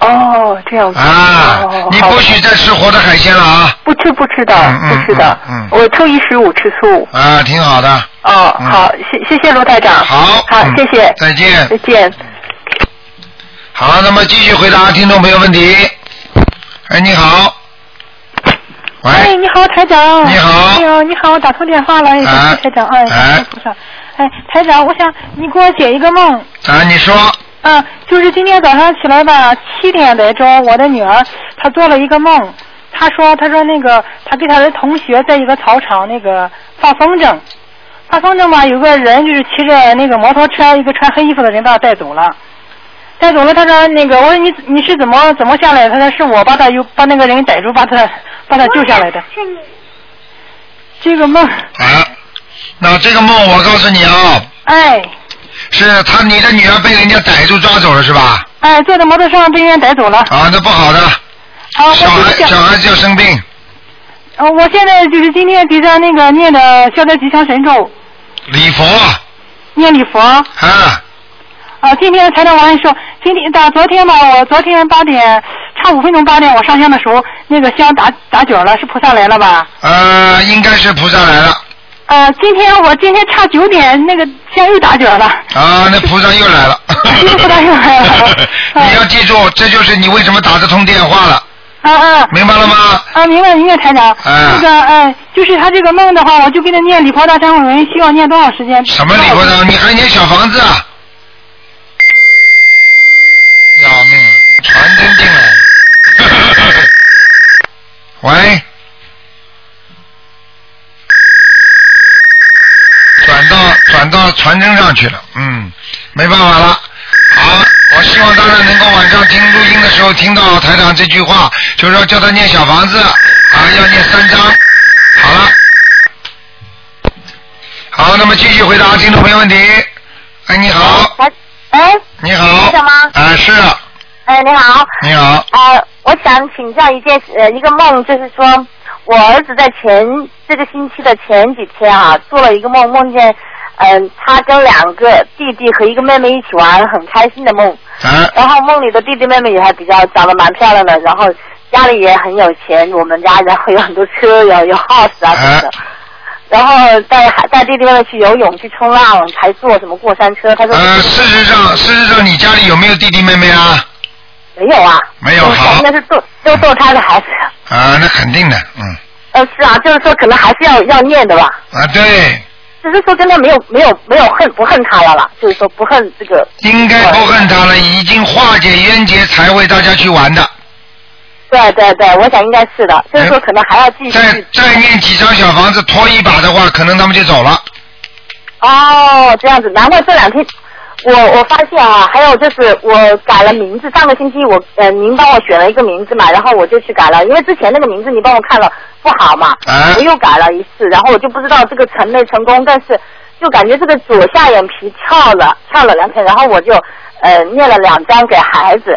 哦，这样子
啊
哦，
你
好
不
的
许再吃活的海鲜了啊！
不吃不吃的，不吃的。
嗯
我初一十五吃素。
啊，挺好的。
哦，好，谢谢谢卢台长。
嗯好，
好，谢谢。
再见
再见。
好，那么继续回答听众朋友问题。哎，你好，
哎，你好，台长。
你好啊
哎呦，你好，我打通电话了，哎，感谢台长，哎，感谢菩萨。哎，台长，我想你给我解一个梦。
啊，你说，
嗯，就是今天早上起来吧，七点来钟，我的女儿她做了一个梦，她说她说那个她跟她的同学在一个草场那个放风筝，放风筝吧，有个人就是骑着那个摩托车，一个穿黑衣服的人把她带走了。带走了，他说那个，我说你你是怎么怎么下来的？他说是我把他又把那个人逮住，把他把他救下来的。
是你。
这个梦，
那这个梦我告诉你啊、
哎
是他你的女儿被人家逮住抓走了是吧？
哎，坐在摩托车上被人家逮走了。
啊，那不好的，
好，
小
我
孩
就想
小孩子要生病。
呃，我现在就是今天给他那个念的消灾吉祥神咒，
礼佛
念礼佛。
啊。
啊，今天台长王说，今天打昨天吧，我昨天八点差五分钟八点我上香的时候，那个香打打卷了，是菩萨来了吧？
呃，应该是菩萨来了
呃，今天我今天差九点那个香又打卷了，
啊，那菩萨又来 了。
菩萨又来了。
你要记住，这就是你为什么打得通电话了。
啊啊！
明白了吗？
啊，明白明白，台长。
哎
那个呃，就是他这个梦的话，我就给他念礼佛大忏悔文，需要念多少时间？
什么礼佛呢？你还念小房子啊？要命了，传真进来了。 喂，转到转到传真上去了，嗯，没办法了。好，我希望大家能够晚上听录音的时候听到台长这句话，就是说叫他念小房子啊，要念三章。好了，好，那么继续回答听众朋友问题。哎，你好，
哎，
你好
是吗？
啊，是啊，
哎，你好。
你好，
呃，我想请教一件事呃一个梦，就是说我儿子在前这个星期的前几天啊，做了一个梦，梦见嗯、他跟两个弟弟和一个妹妹一起玩，很开心的梦。
啊。
然后梦里的弟弟妹妹也还比较长得蛮漂亮的，然后家里也很有钱，我们家然后有很多车，有有 house
哎
啊什么的。然后带孩带弟弟妹妹去游泳、去冲浪，还坐什么过山车。他说、
呃，事实上，事实上，你家里有没有弟弟妹妹啊？
没有啊，
没有，好
应该是逗都逗他的孩子。
啊，那肯定的，嗯，
呃，是啊，就是说可能还是要要念的吧。
啊，对，
只是说真的没有没有没有恨不恨他了啦，就是说不恨这个。
应该不恨他了，已经化解冤结才为大家去玩的。
对对对，我想应该是的，
哎
就是说可能还要继续。
再再念几张小房子拖一把的话，可能他们就走了。
哦，这样子，难怪这两天我我发现啊，还有就是我改了名字，上个星期我呃您帮我选了一个名字嘛，然后我就去改了，因为之前那个名字你帮我看了不好嘛，
啊
我又改了一次，然后我就不知道这个成没成功，但是就感觉这个左下眼皮翘了翘了两天，然后我就呃念了两张给孩子，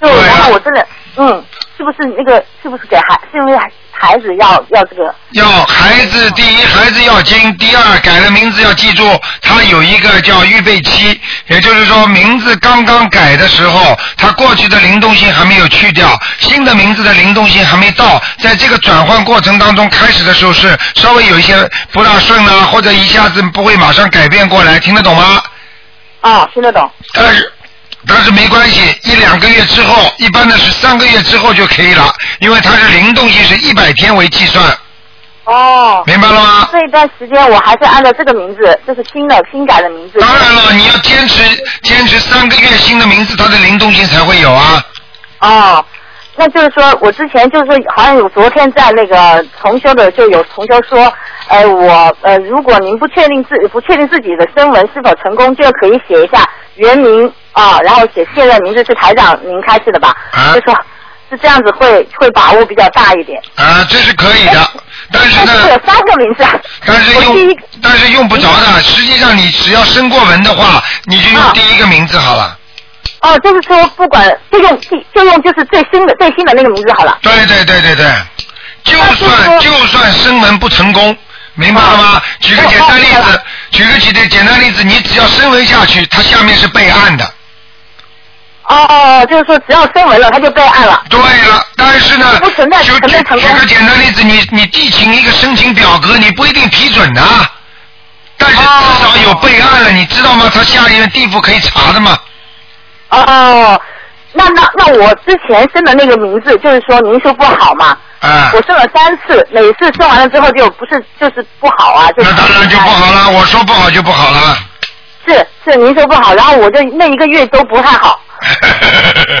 就然后我真的嗯，是不是那个是不是给孩是因为孩子要要这个
要孩子，第一孩子要精，第二改了名字要记住，他有一个叫预备期，也就是说名字刚刚改的时候，他过去的灵动性还没有去掉，新的名字的灵动性还没到，在这个转换过程当中，开始的时候是稍微有一些不大顺啊，或者一下子不会马上改变过来，听得懂吗？
啊听得懂？
但是但是没关系，一两个月之后，一般的是三个月之后就可以了，因为它是灵动性是一百天为计算。
哦，
明白了吗？
这一段时间我还是按照这个名字，就是新的新改的名字。
当然了，你要坚持坚持三个月新的名字，它的灵动性才会有啊。
哦，那就是说我之前就是好像有昨天在那个同修的就有同修说，呃，我呃，如果您不确定自不确定自己的声纹是否成功，就可以写一下原名啊，然后写现任名字是台长您开示的吧？
啊
就说是这样子会会把握比较大一点。
啊，这是可以的，但是呢，
有三个名字啊，
但是用但是用不着的。实际上，你只要申过文的话，你就用第一个名字好了。
哦，就是说不管就用就用就是最新的最新的那个名字好了。
对对对对对，就算就算声纹不成功，明白了吗？举个简单例子，举个简单简单例子，你只要声纹下去，它下面是备案的。
哦哦哦，就是说只要声纹了，它就备案了。
对了，但是呢，
不存在
举
存在成
举
功。
个简单例子，你你递请一个申请表格，你不一定批准的啊，但是至少有备案了，你知道吗？它下面地府可以查的嘛。
哦，那那那我之前生的那个名字，就是说您说不好嘛。
啊。
我生了三次，每次生完了之后就不是就是不好啊，就是。
那当然就不好了，我说不好就不好了。
是是，您说不好，然后我就那一个月都不太 好。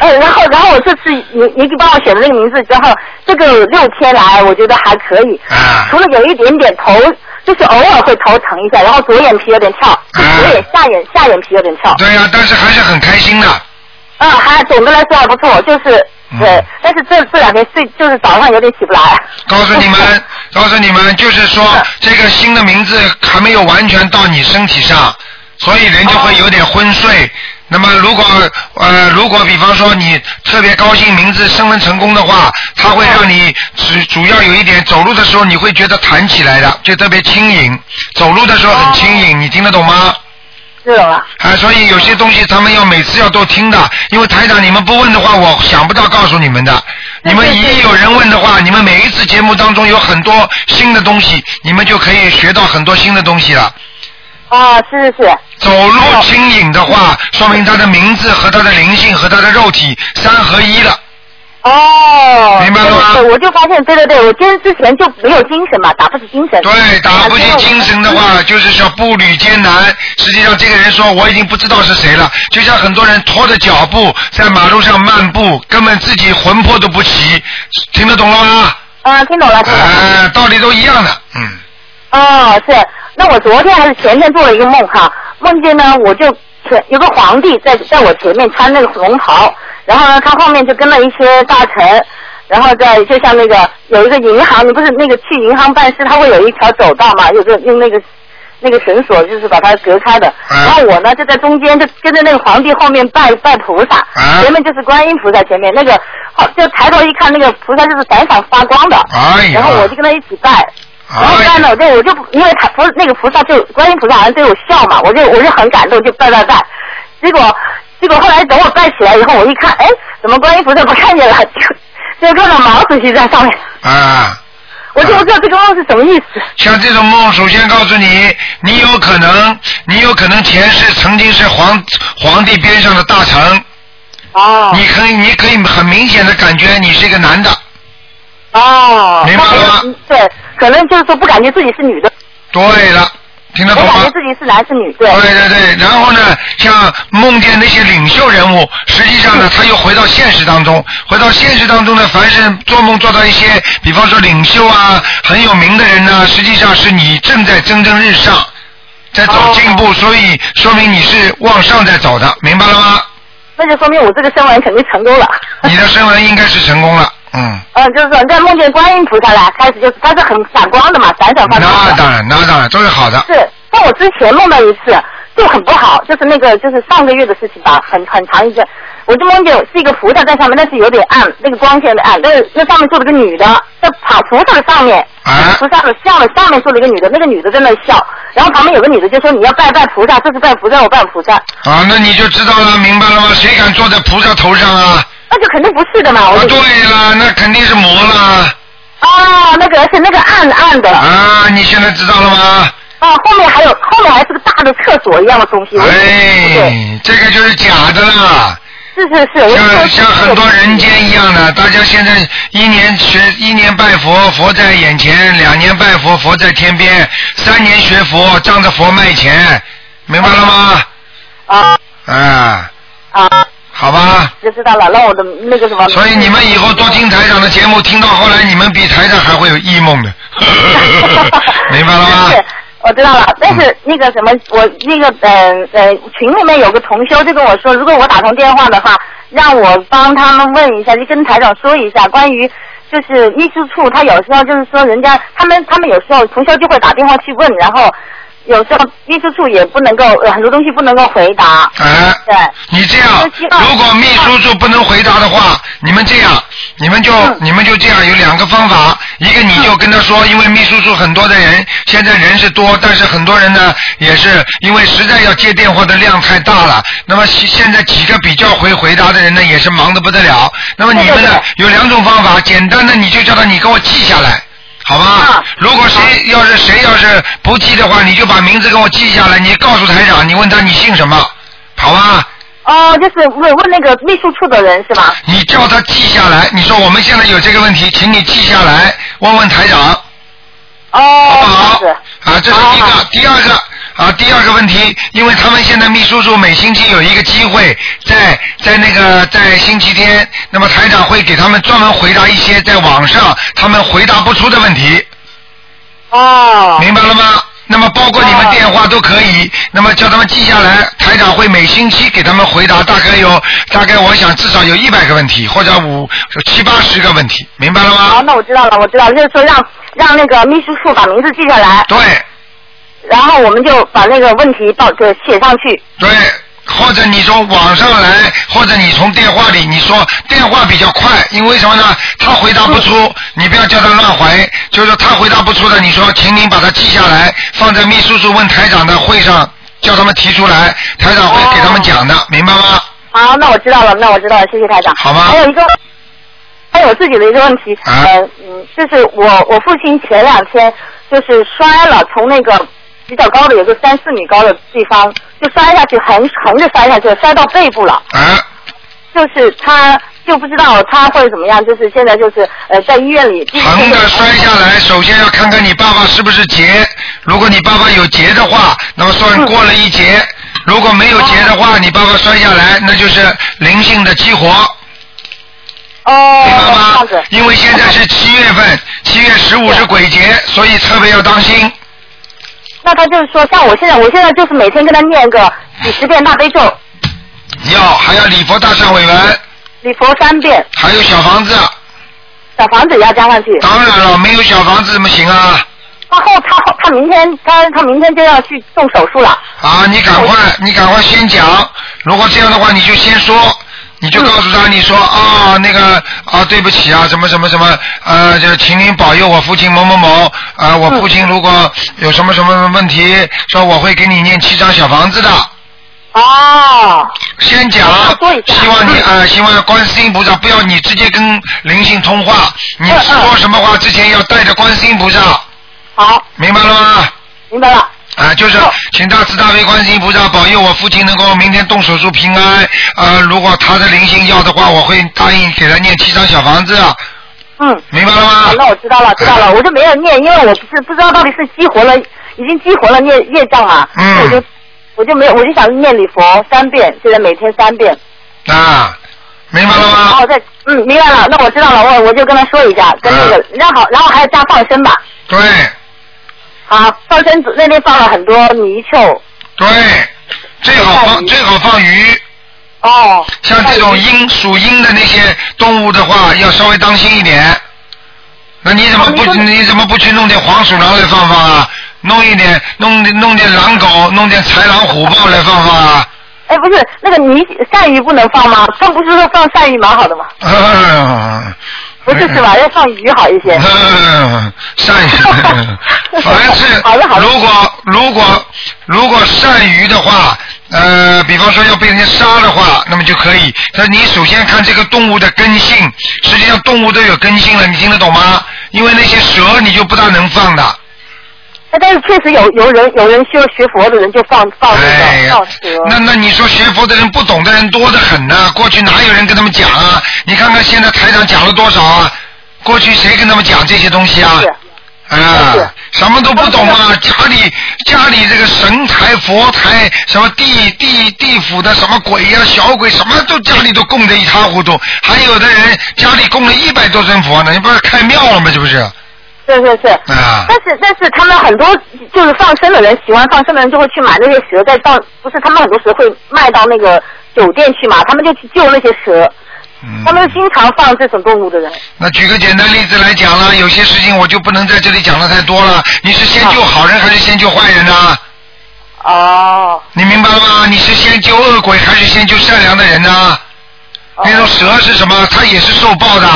哎，然后然后我这次你你给帮我选的那个名字之后，这个六天来我觉得还可以，
啊
除了有一点点头，就是偶尔会头疼一下，然后左眼皮有点跳，左眼下眼下眼皮有点跳。
啊对呀、但是还是很开心的。
嗯，还总的来说还不错，就是对，但是这这两天睡就是早上有点起不来。嗯
告诉你 们，告诉你们，就是说这个新的名字还没有完全到你身体上，所以人就会有点昏睡。那么如果呃，如果比方说你特别高兴名字升温成功的话，它会让你主
嗯
主要有一点走路的时候你会觉得弹起来的，就特别轻盈，走路的时候很轻盈，你听得懂吗？
是啊。
啊，所以有些东西他们要每次要都听的，因为台长你们不问的话，我想不到告诉你们的。你们一有人问的话，你们每一次节目当中有很多新的东西，你们就可以学到很多新的东西了。
啊，是是是。
走路轻盈的话，说明他的名字和他的灵性和他的肉体三合一了。
哦，明白了吗？对，我就发现，对对对，我今天之前就没有精神嘛，打不起精神。嗯
对，打不起精神的话，就是说步履艰难。实际上，这个人说我已经不知道是谁了，就像很多人拖着脚步在马路上漫步，根本自己魂魄都不齐，听得懂了吗？
啊，听懂了，听懂了。
啊，道理都一样的，嗯。
哦，是。那我昨天还是前天做了一个梦哈，梦见呢我就前有个皇帝在在我前面穿那个龙袍，然后呢他后面就跟了一些大臣，然后在就像那个有一个银行，你不是那个去银行办事，他会有一条走道嘛，有个用那个那个绳索就是把它隔开的，
啊
然后我呢就在中间就跟着那个皇帝后面拜拜菩萨，前面就是观音菩萨前面那个，好就抬头一看那个菩萨就是闪闪发光的，
哎呀哎
然后我就跟他一起拜，然后拜了，对，我就因为他菩那个菩萨就观音菩萨好像对我笑嘛，我就我就很感动，就拜拜拜。结果结果后来等我拜起来以后，我一看，哎，怎么观音菩萨不看见了？就就看到毛主席在上面，
啊。
我就不知道这个梦是什么意思。
像这种梦，首先告诉你，你有可能，你有可能前世曾经是皇皇帝边上的大臣。
哦。
你可以，你可以很明显的感觉你是一个男的。
哦，
明白了
吗？对，可能就是说不感觉自己是女的，
对了，听得懂
我
吗？
感觉自己是男是女，对。
对对对，然后呢，像梦见那些领袖人物，实际上
嗯
呢，他又回到现实当中，回到现实当中呢，凡是做梦做到一些，比方说领袖啊，很有名的人呢，实际上是你正在蒸蒸日上，在走进
哦
步，所以说明你是往上在走的，明白了 吗？
那就说明我这个声纹肯定成功了。
你的声纹应该是成功了，嗯，
嗯，就是说在梦见观音菩萨了，开始就是它是很闪光的嘛，闪闪发光的。
那当然，那当然都是好的，
是，但我之前梦到一次就很不好，就是那个就是上个月的事情吧，很很长一阵，我就梦见是一个菩萨在上面，但是有点暗，那个光线的暗，那个那上面坐了个女的，在爬菩萨的上面，菩萨的像的上面坐了一个女的，那个女的在那笑，然后旁边有个女的就说你要拜拜菩萨，这是拜菩萨，我拜菩萨，
啊，那你就知道了，明白了吗？谁敢坐在菩萨头上啊？
那就肯定不是的嘛，我
啊，
就
对了，那肯定是魔了。
哦，那个而且那个暗暗的，
啊，你现在知道了吗？
啊，后面还有后面还是个大的厕所一样的东西，我就对，
哎，这个就是假的啦。
是是是，我就
像像很多人间一样的，大家现在一年学一年拜佛，佛在眼前；两年拜佛，佛在天边；三年学佛，仗着佛卖钱，明白了吗？
啊
啊
啊。
好吧？
就知道了，让我的那个什么。
所以你们以后多听台长的节目，听到后来你们比台长还会有异梦的，明白了吗？嗯
是，我知道了。但是那个什么，我那个嗯呃群里面有个同修就跟我说，如果我打通电话的话，让我帮他们问一下，就跟台长说一下关于。就是秘书处，他有时候就是说，人家他们他们有时候同学就会打电话去问，然后有时候秘书处也不能够呃很多东西不能够回答。
哎，
对。
你这样
就是希，望
如果秘书处不能回答的话，你们这样，你们就、你们就这样，有两个方法，一个你就跟他说，因为秘书处很多的人现在人是多，但是很多人呢也是因为实在要接电话的量太大了，那么现现在几个比较会回答的人呢也是忙得不得了，那么你们呢有两种方法，简单的你就叫他你给我记下来。好吧，如果谁要是谁要是不记的话，你就把名字给我记下来，你告诉台长，你问他你姓什么，好吧？
哦，就是问问那个秘书处的人是吧？
你叫他记下来，你说我们现在有这个问题，请你记下来，问问台长。
哦，
好不好？啊，这是第一个，第二个。啊，第二个问题，因为他们现在秘书处每星期有一个机会，在在那个在星期天，那么台长会给他们专门回答一些在网上他们回答不出的问题。
哦。
明白了吗？那么包括你们电话都可以，那么叫他们记下来，台长会每星期给他们回答，大概有大概我想至少有一百个问题，或者五七八十个问题，明白了吗？
好，那我知道了，我知道了，就是说让让那个秘书处把名字记下来。
对。
然后我们就把那个问题报就写上去。
对，或者你从网上来，或者你从电话里，你说电话比较快，因为什么呢？他回答不
嗯
出，你不要叫他乱回，就是他回答不出的，你说，请您把它记下来，放在秘书处问台长的会上，叫他们提出来，台长会给他们讲的，
哦
明白吗？
好，那我知道了，那我知道了，谢谢台长。
好吗？啊
还有一个，还有我自己的一个问题，呃，嗯，就是我我父亲前两天就是摔了，从那个比较高的有个三四米高的地方就摔下去，横横着摔下去，摔到背部了。
啊。
就是他就不知道他会怎么样，就是现在就是呃在医院里。
横着摔下
嗯
来，首先要看看你爸爸是不是劫。如果你爸爸有劫的话，那么算过了一劫；
嗯
如果没有劫的话，你爸爸摔下来，那就是灵性的激活。
哦，
明白吗？因为现在是七月份，七月十五是鬼节，所以特别要当心。
那他就是说，像我现在，我现在就是每天跟他念个几十遍大悲咒，
要还要礼佛大忏悔文，
礼佛三遍，
还有小房子。啊
小房子也要加上去。
当然了，没有小房子怎么行啊？
他后他后他明天他他明天就要去动手术了。
啊，你赶快，你赶快先讲。如果这样的话，你就先说，你就告诉他，你说
嗯
啊，那个啊，对不起啊，什么什么什么，呃，就请您保佑我父亲某某某，啊，我父
嗯
亲如果有什么什么问题，说我会给你念七张小房子的。
哦。
先讲，希望你啊、呃希望观世音菩萨不要你直接跟灵性通话，
嗯
你说什么话之前要带着观世音菩萨。
好。
明白了吗？
明白了。哦
啊，就是请大慈大悲观世音菩萨保佑我父亲能够明天动手术平安。呃，如果他的灵性要的话，我会答应给他念七张小房子。
嗯，
明白了吗？
好，那我知道了，知 道了，我就没有念，因为我不是不知道到底是激活了，已经激活了业业障嘛，
嗯
我就我就没有，我就想念礼佛三遍，现在每天三遍。
啊，明白了吗？
然后再嗯，明白了，那我知道了，我我就跟他说一下，跟那个，然后然后还要加放生吧，
嗯对
啊，放生组那边放了很多泥鳅，
对，最好放最好放鱼。
哦。
像这种鹰属鹰的那些动物的话，要稍微当心一点。那你
哦
怎么不你怎么不去弄点黄鼠狼来放放啊？弄一点弄弄点狼狗，弄点豺狼虎豹来放放啊？
哎，不是那个泥鳝鱼不能放吗？他不是说放鳝鱼蛮好的吗？
嗯
不是是吧？要放鱼好一些。
嗯，鳝 鱼，凡是如果如果如果鳝鱼的话，呃，比方说要被人家杀的话，那么就可以。但你首先看这个动物的根性，实际上动物都有根性了，你听得懂吗？因为那些蛇你就不大能放的。
哎，但是确实有有人有人修学佛的人就放放
哎呀，那那你说学佛的人不懂的人多得很呐、过去哪有人跟他们讲啊？你看看现在台长讲了多少啊？过去谁跟他们讲这些东西啊？啊，什么都不懂啊！家里家里这个神台、佛台，什么地地地府的什么鬼呀、小鬼，什么都家里都供得一塌糊涂。还有的人家里供了一百多尊佛呢，你不是开庙了吗？这不是？
是是是，
啊，
但是但是他们很多就是放生的人，喜欢放生的人就会去买那些蛇，再放不是他们很多蛇会卖到那个酒店去嘛，他们就去救那些蛇，
嗯
他们经常放这种动物的人。
那举个简单例子来讲啦，有些事情我就不能在这里讲的太多了。你是先救好人还是先救坏人呢、
哦，
你明白了吗？你是先救恶鬼还是先救善良的人呢、那种蛇是什么？它也是受报的。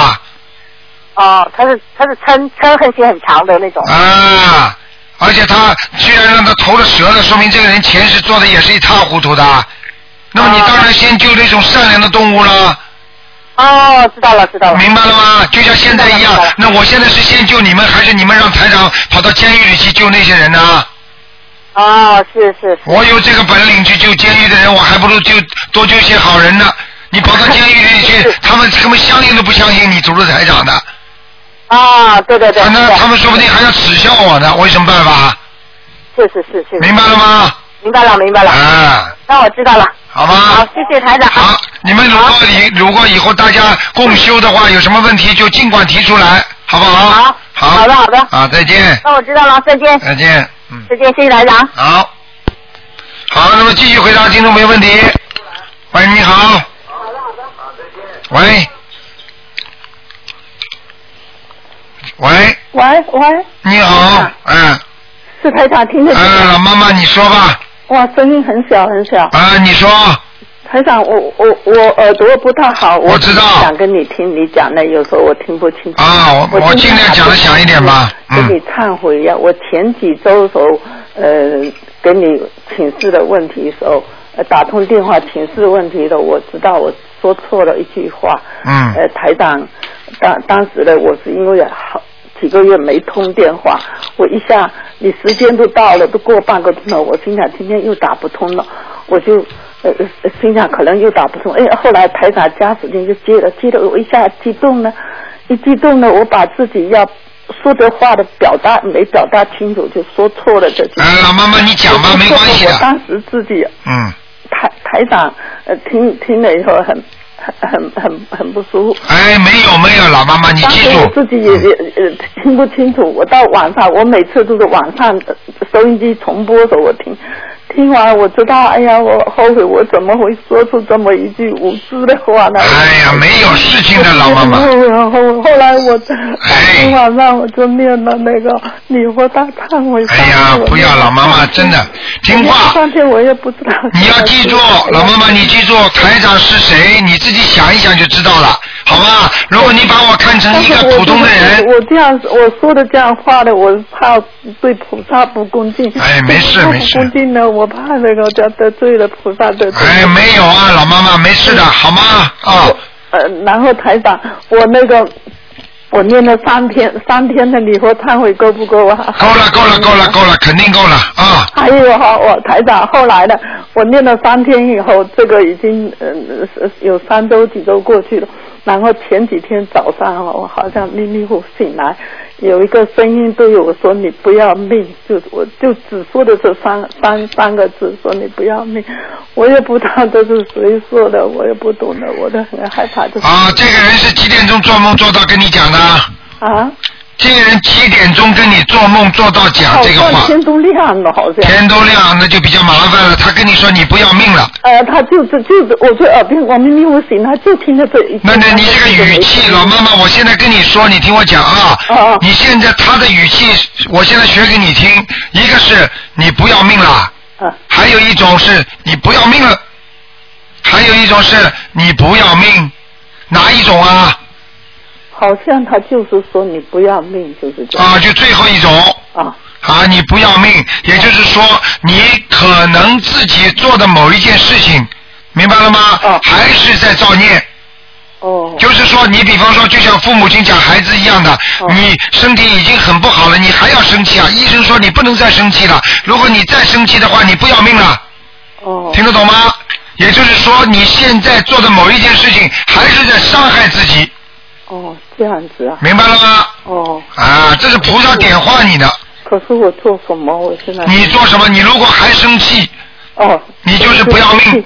哦，他是他是嗔嗔恨心很强的那种。
啊，而且他居然让他投了蛇了，说明这个人前世做的也是一塌糊涂的。那么你当然先救这种善良的动物了。
哦，知道了，知道了。
明白了吗？就像现在一样，那我现在是先救你们，还是你们让台长跑到监狱里去救那些人呢？
哦，是是。
我有这个本领去救监狱的人，我还不如救多救些好人呢。你跑到监狱里去，他们他们相信都不相信你走了台长的。
啊，对对对。
那他们说不定还要耻笑我呢，我有什么办法？
是是是是。
明白了吗？
明白了，明白了。
啊，
那我知道了。
好吧。
好，谢谢台长。好，
你们如果以如果以后大家共修的话，有什么问题就尽管提出来，好不好？好。好。
好的好的
啊，再见，
那我知道了，再见，
再见。
再见，谢谢台长。
好。好，那么继续回答听众朋友问题。喂，你好。喂。喂，
喂喂，
你好，嗯，
是台长听得见
啊，老妈妈，你说吧，
哇，声音很小很小。
啊，你说。
台长，我我我耳朵不太好，我知道。想跟你听你讲的，有时候我听不清楚。
啊，我我尽量讲的响一点吧。嗯
跟你忏悔一下，我前几周的时候，呃，给你请示的问题的时候，呃打通电话请示问题的，我知道我说错了一句话。
嗯
呃，台长，当当时的我是因为好几个月没通电话，我一下你时间都到了，都过半个钟头，我心想今天又打不通了，我就呃呃心想可能又打不通，哎，后来台长家属就接了，接了我一下激动了，一激动了，我把自己要说的话的表达没表达清楚，就说错了这句。
哎，老妈妈你讲吧，没关系
我
的，
当时自己
嗯，
台台长呃听听了以后很很很很很不舒服。
哎，没有没有，老妈妈你
当
记
时
住
我，自己也也也听不清楚，我到晚上，我每次都是晚上呃收音机重播的时候我听，听完我知道，哎呀，我后悔我怎么会说出这么一句无知的话呢？
哎呀，没有事情的，老妈哎妈，
然后后来我昨晚上我就念了那个礼佛大忏悔。哎呀，
不要老妈妈，真的听话。
上天我也不知道。
你要记住，老妈妈，你记住台长是谁，你自己想一想就知道了，好吧？如果你把我看成一个普通的人，
我这样我说的这样话的，我怕对菩萨不恭敬。
哎没 事没事
对菩萨不恭敬呢，我怕那个叫得罪了菩萨得罪。
哎，没有啊，老妈妈，没事的，好吗？啊，
呃，然后台长，我那个我念了三天，三天的礼佛忏悔够不够啊？
够了，够了，够了，够了，肯定够了啊！
还有哈，哎我台长后来呢，我念了三天以后，这个已经嗯、呃、有三周几周过去了。然后前几天早上哦我好像迷迷糊醒来，有一个声音对我说：“你不要命。”就我就只说的这三三三个字，说你不要命。我也不知道这是谁说的，我也不懂的，我都很害怕。就是
啊，这个人是几点钟做梦做到跟你讲的？
啊，
这个人几点钟跟你做梦做到讲
好
这个
像
话？
天都亮了，好像
天都亮，那就比较麻烦了。他跟你说你不要命了，
呃，他就是就是我在耳边，我迷迷糊醒，他就听着这一句。
那那你这个语气，哎老妈妈，我现在跟你说，你听我讲啊。你现在他的语气，我现在学给你听。一个是你不要命
啊
了，还有一种是你不要命了，还有一种是你不要命，哪一种啊？
好像他就是说你不要命，就是这样。
啊，就最后一种。
啊。
啊，你不要命，也就是说，你可能自己做的某一件事情，明白了吗？还是在造孽。
啊哦。
就是说，你比方说，就像父母亲讲孩子一样的，
哦
你身体已经很不好了，你还要生气啊？医生说你不能再生气了，如果你再生气的话，你不要命了。
哦。
听得懂吗？也就是说，你现在做的某一件事情，还是在伤害自己。
哦，这样子啊。
明白了吗？
哦。
啊，这是菩萨点化你的。
可是我做什么？我现在。
你做什么？你如果还生气，
哦，
你就是不要命。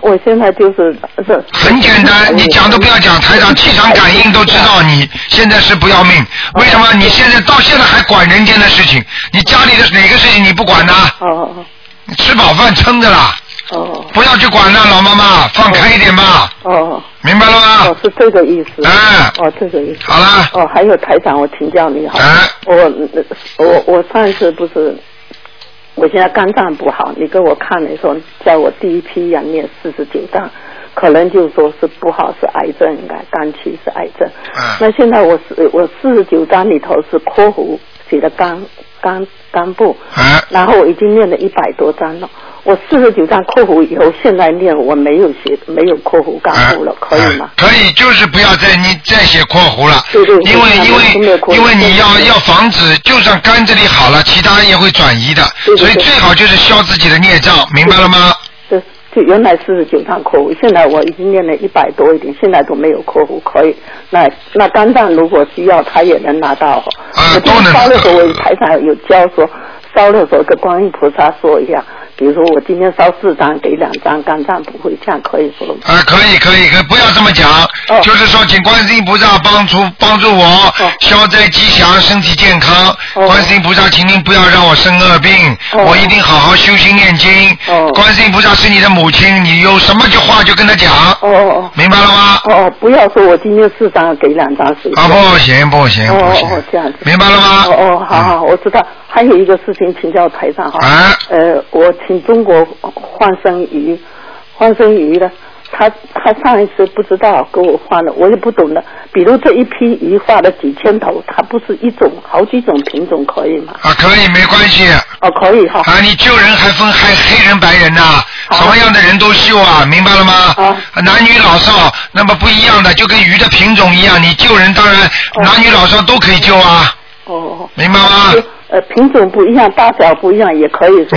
我现在就是呃这。
很简 单，你讲都不要讲，台长气场感应都知道你现在是不要命。
哦
为什么你现在到现在还管人间的事情？你家里的哪个事情你不管呢？
哦。
你吃饱饭撑着啦。
哦。
不要去管了，老妈妈，放开一点吧。
哦。
明白了吗？
哦，是这个意思。
哎。
哦，这个意思。
好啦。啊
哦，还有台长，我请教你哈。我我我上一次不是。我现在肝脏不好，你给我看了说，叫我第一批要念四十九章，可能就说是不好是癌症，应该肝气是癌症。
嗯、
那现在我是我四十九章里头是括弧写的肝肝肝部，
嗯、
然后我已经念了一百多章了。我四十九章括弧以后，现在念我没有写没有括弧干
啊
部了，可以吗？
可以，就是不要再你再写括弧了，
对对
因为因为因为你要要防止，就算肝这里好了，其他也会转移的，
对对
所以
对
最好就是消自己的孽障，明白了吗？
是，就原来四十九张括弧，现在我已经念了一百多一点，现在都没有括弧，可以。那那肝脏如果需要，他也能拿到。
啊
我今天烧的时候，我台上有教说，烧的时候跟观音菩萨说一下，比如说我今天烧四张，给两张肝脏不会，这样可以说吗？
啊，可以可以可以，不要这么讲，
哦
就是说请观世音菩萨帮助帮助我、消灾吉祥，身体健康。
哦
观世音菩萨，请您不要让我生恶病，我一定好好修心念经。
哦
观世音菩萨是你的母亲，你有什么就话就跟他讲，
哦哦，
明白了吗？
哦，不要说我今天四张给两张是。
啊，不行不行
哦
不行，
哦，这样子。
明白了吗嗯
哦哦，好好，我知道。还有一个事情请教台上哈。
啊。
呃，我请中国换生鱼，换生鱼呢，他他上一次不知道给我换了，我也不懂的。比如这一批鱼换了几千头，它不是一种，好几种品种可以吗？
啊，可以没关系。
哦，可以哈。
啊，你救人还分还黑人白人呐、什么样的人都救啊，明白了吗？男女老少那么不一样的，就跟鱼的品种一样，你救人当然男女老少都可以救啊，
哦，
明白 吗？
呃，品种不一样，大小不一样，也可以说。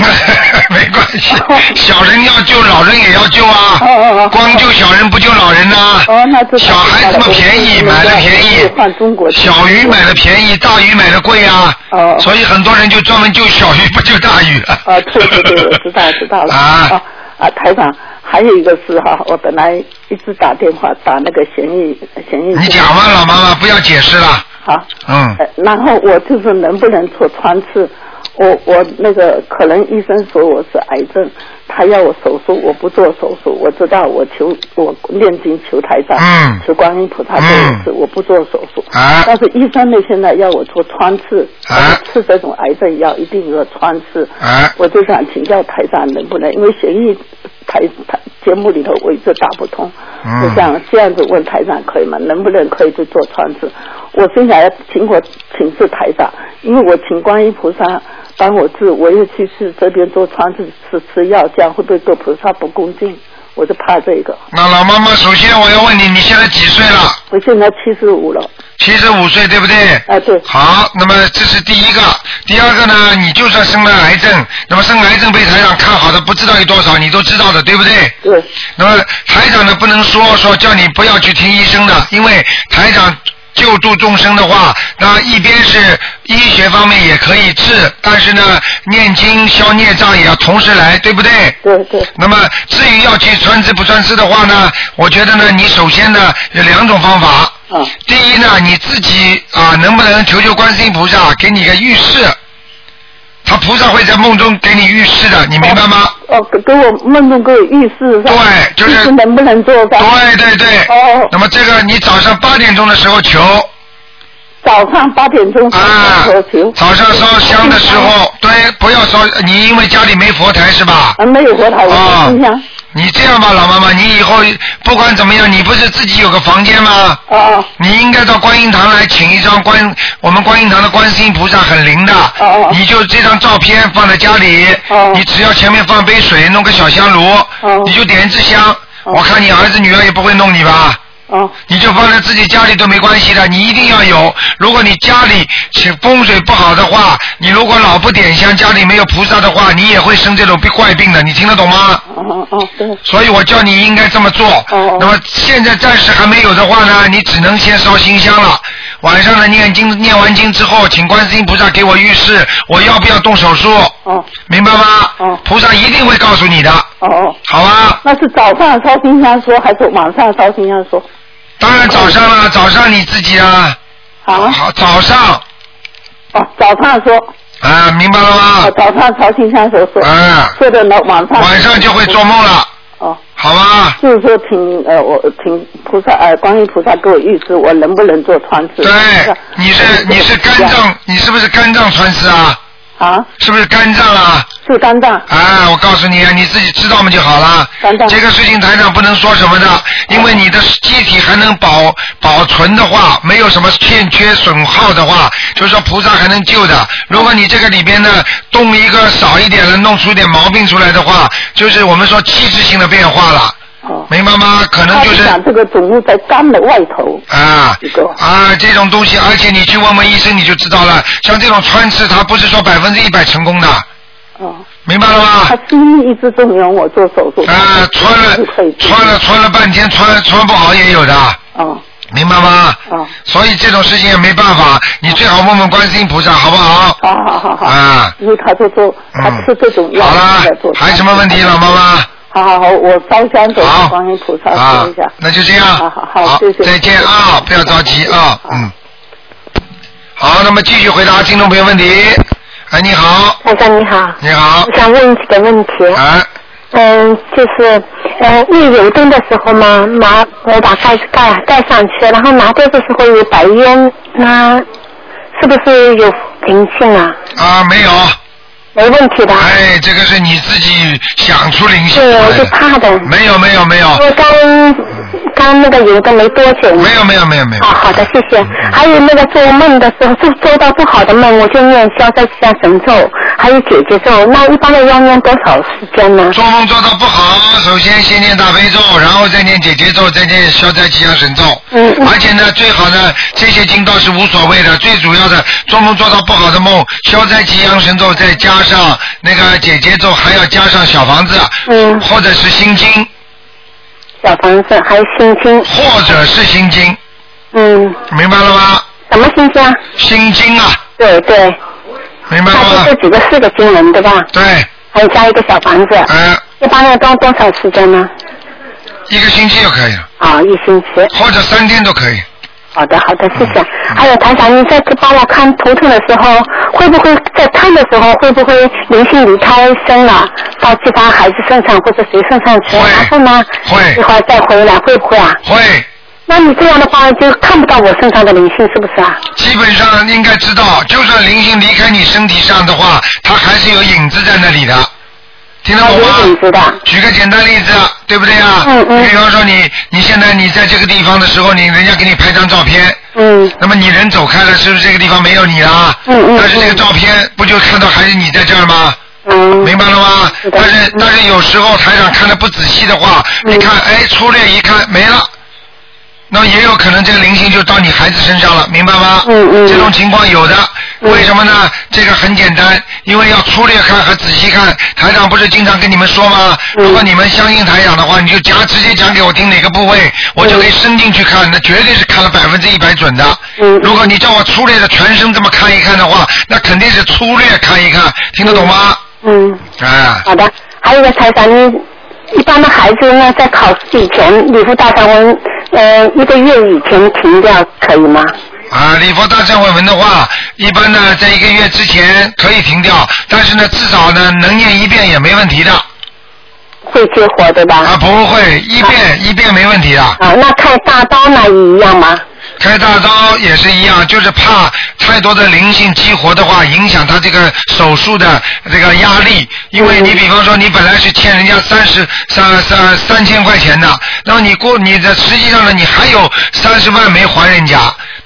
没关系，小人要救，老人也要救啊。光救小人不救老人呐、
哦，那这
小孩子嘛便宜，买了便宜。
换中国。
小鱼买了便宜，大鱼买的贵啊。
哦。
所以很多人就专门救小鱼，不救大鱼了。
啊，对对对，我知道知 道了啊啊，台长，还有一个事哈，我本来一直打电话打那个嫌疑嫌疑。
你讲哎吧，老妈妈，不要解释了。
好。
嗯。
呃然后我就是能不能做穿刺？我我那个可能医生说我是癌症，他要我手术，我不做手术。我知道我求我念经求台长，
嗯
求观音菩萨这一次，我不做手术。
啊
但是医生呢，现在要我做穿刺，啊、吃这种癌症药一定要穿刺。
啊
我就想请教台长能不能，因为协议台台节目里头我一直打不通，
嗯
我想这样子问台长可以吗？能不能可以去做穿刺？我心想要请我请示台长，因为我请观音菩萨帮我治，我又去是这边做穿刺吃吃药，这样会不会对菩萨不恭敬？我就怕这个。
那老妈妈，首先我要问你，你现在几岁了？
我现在七十五了。
七十五岁，对不对？
啊，对。
好，那么这是第一个，第二个呢？你就算生了癌症，那么生癌症被台长看好的不知道有多少，你都知道的，对不对？
对。
那么台长呢，不能说说叫你不要去听医生的，因为台长。救助众生的话，那一边是医学方面也可以治，但是呢，念经消孽障也要同时来，对不对？
对对。
那么至于要去穿刺不穿刺的话呢，我觉得呢，你首先呢有两种方法。
啊
第一呢，你自己啊，能不能求求观世音菩萨给你个预示？他菩萨会在梦中给你预示的，你明白吗？
哦，给给我梦中给我预示上，
对，就是
能不能做上？
对对对。
哦。
那么这个你早上八点钟的时候求。
早上八点钟
啊，早上烧香的时候，对，不要烧。你因为家里没佛台是吧？
啊，没有佛台，
啊
我心想，
你这样吧，老妈妈，你以后不管怎么样，你不是自己有个房间吗？
哦。
你应该到观音堂来请一张观，我们观音堂的观世音菩萨很灵的。哦你就这张照片放在家里。哦。你只要前面放杯水，弄个小香炉。哦。你就点一支香。我看你儿子女儿也不会弄你吧？
哦，
你就放在自己家里都没关系的，你一定要有。如果你家里是风水不好的话，你如果老不点香，家里没有菩萨的话，你也会生这种病怪病的。你听得懂吗？
哦哦，对。
所以我叫你应该这么做。
哦。
那么现在暂时还没有的话呢，你只能先烧新香了。晚上呢，念经念完经之后，请观世音菩萨给我预示，我要不要动手术？
哦。
明白吗？
哦。
菩萨一定会告诉你的。
哦哦。
好啊。
那是早上烧新香说，还是晚上烧新香说？
当然早上啦，早上你自己啊。
好。
好，早上。
哦，早上说。
啊，明白了吗？
哦、早上烧新香说说。
啊。
说的呢，晚上。
晚上就会做梦了。
哦。
好啊吧。
就是说请呃，我请菩萨呃，观音菩萨给我预示，我能不能做穿刺？
对，你是你是肝脏，你是不是肝脏穿刺啊？
啊？
是不是肝脏啊？
是肝脏。
啊，我告诉你啊，你自己知道嘛就好了。
肝脏
这个事情台上不能说什么的，因为你的机体还能保保存的话，没有什么欠缺损耗的话，就是说菩萨还能救的。如果你这个里边呢动一个少一点了，弄出一点毛病出来的话，就是我们说器质性的变化了。
哦
明白吗？可能就是
他讲这个总部在肝的外头。
啊
一个
啊，这种东西，而且你去问问医生你就知道了。像这种穿刺，它不是说百分之一百成功的。
哦。
明白了吗？
他中医一直动员我做手术。
啊，穿了穿了穿了半天，穿穿不好也有的。
哦。
明白吗？
哦。
所以这种事情也没办法，你最好问问观世音菩萨，好不好？
好好好好。
啊。嗯
因为他就做，他吃这种药。
好啦
在做
还有什么问题老妈妈？
好好好，我烧香给观音菩萨
啊
说一下。
那就这样。
好好好，谢谢。
再见啊，不要着急啊，嗯。好，那么继续回答听众朋友问题。哎，你好，
台长你好，
你好，
我想问几个问题。
啊。
嗯，就是呃，夜游灯的时候嘛，拿我把盖子盖盖上去，然后拿掉的时候有白烟，那是不是有灵性啊？
啊，没有。
没问题的。
哎，这个是你自己想出灵性
对，
出
我
来
就
的。
怕的。
没有没有没有
因为刚刚那个游的没多久。
没有没有没有没有。
好好的，谢谢。还有那个做梦的时候，做做到不好的梦，我就念消灾吉祥神咒，还有姐姐咒。那一般的要念多少时间呢？
做梦做到不好，首先先念大悲咒，然后再念解结咒，再念消灾吉祥神咒。
嗯。
而且呢，最好呢，这些经倒是无所谓的，最主要的，做梦做到不好的梦，消灾吉祥神咒，再加上那个解结咒，还要加上小房子，
嗯，
或者是心经，
小房子还有心经。
或者是心经，
嗯。
明白了吗？
什么心经啊？
心经啊。
对对。
明白
吗？就这几个四个经文对吧？
对。
还有加一个小房子。
嗯。
一般要多多少时间呢？
一个星期就可以了。
啊，一星期。
或者三天都可以。嗯
好的，好的，谢谢。还有台长，你再去帮我看图腾的时候，会不会在看的时候会不会灵性离开身了，到其他孩子身上或者谁身上去？然后呢？
会。
一会儿再回来，会不会啊？
会。
那你这样的话就看不到我身上的灵性，是不是啊？
基本上应该知道，就算灵性离开你身体上的话，它还是有影子在那里的。听得懂吗？举个简单例子，对不对啊？嗯嗯。比方说你，你现在你在这个地方的时候，你人家给你拍张照片。
嗯。
那么你人走开了，是不是这个地方没有你了？
嗯嗯。
但是这个照片不就看到还是你在这儿吗？
嗯。
明白了吗？但是但是有时候台长看的不仔细的话，你看哎粗略一看没了。那也有可能这个灵性就到你孩子身上了，明白吗？嗯嗯。这种情况有的，为什么呢？这个很简单，因为要粗略看和仔细看。台长不是经常跟你们说吗？如果你们相信台长的话，你就讲直接讲给我听哪个部位，我就可以伸进去看，那绝对是看了百分之一百准的。嗯。如果你叫我粗略的全身这么看一看的话，那肯定是粗略看一看，听得懂吗？
嗯，
啊，
好的。还有一个台长，你一般的孩子呢，在考试以前，礼佛大忏文，呃，一个月以前停掉可以吗？
啊，礼佛大忏悔文的话，一般呢在一个月之前可以停掉，但是呢至少呢能念一遍也没问题的。
会激活对吧？
啊，不会，一遍、一遍没问题的。
啊，那开大刀那一样吗？
开大刀也是一样，就是怕太多的灵性激活的话，影响他这个手术的这个压力。因为你比方说，你本来是欠人家三十三三三千块钱的，那么你过你的实际上呢，你还有三十万没还人家。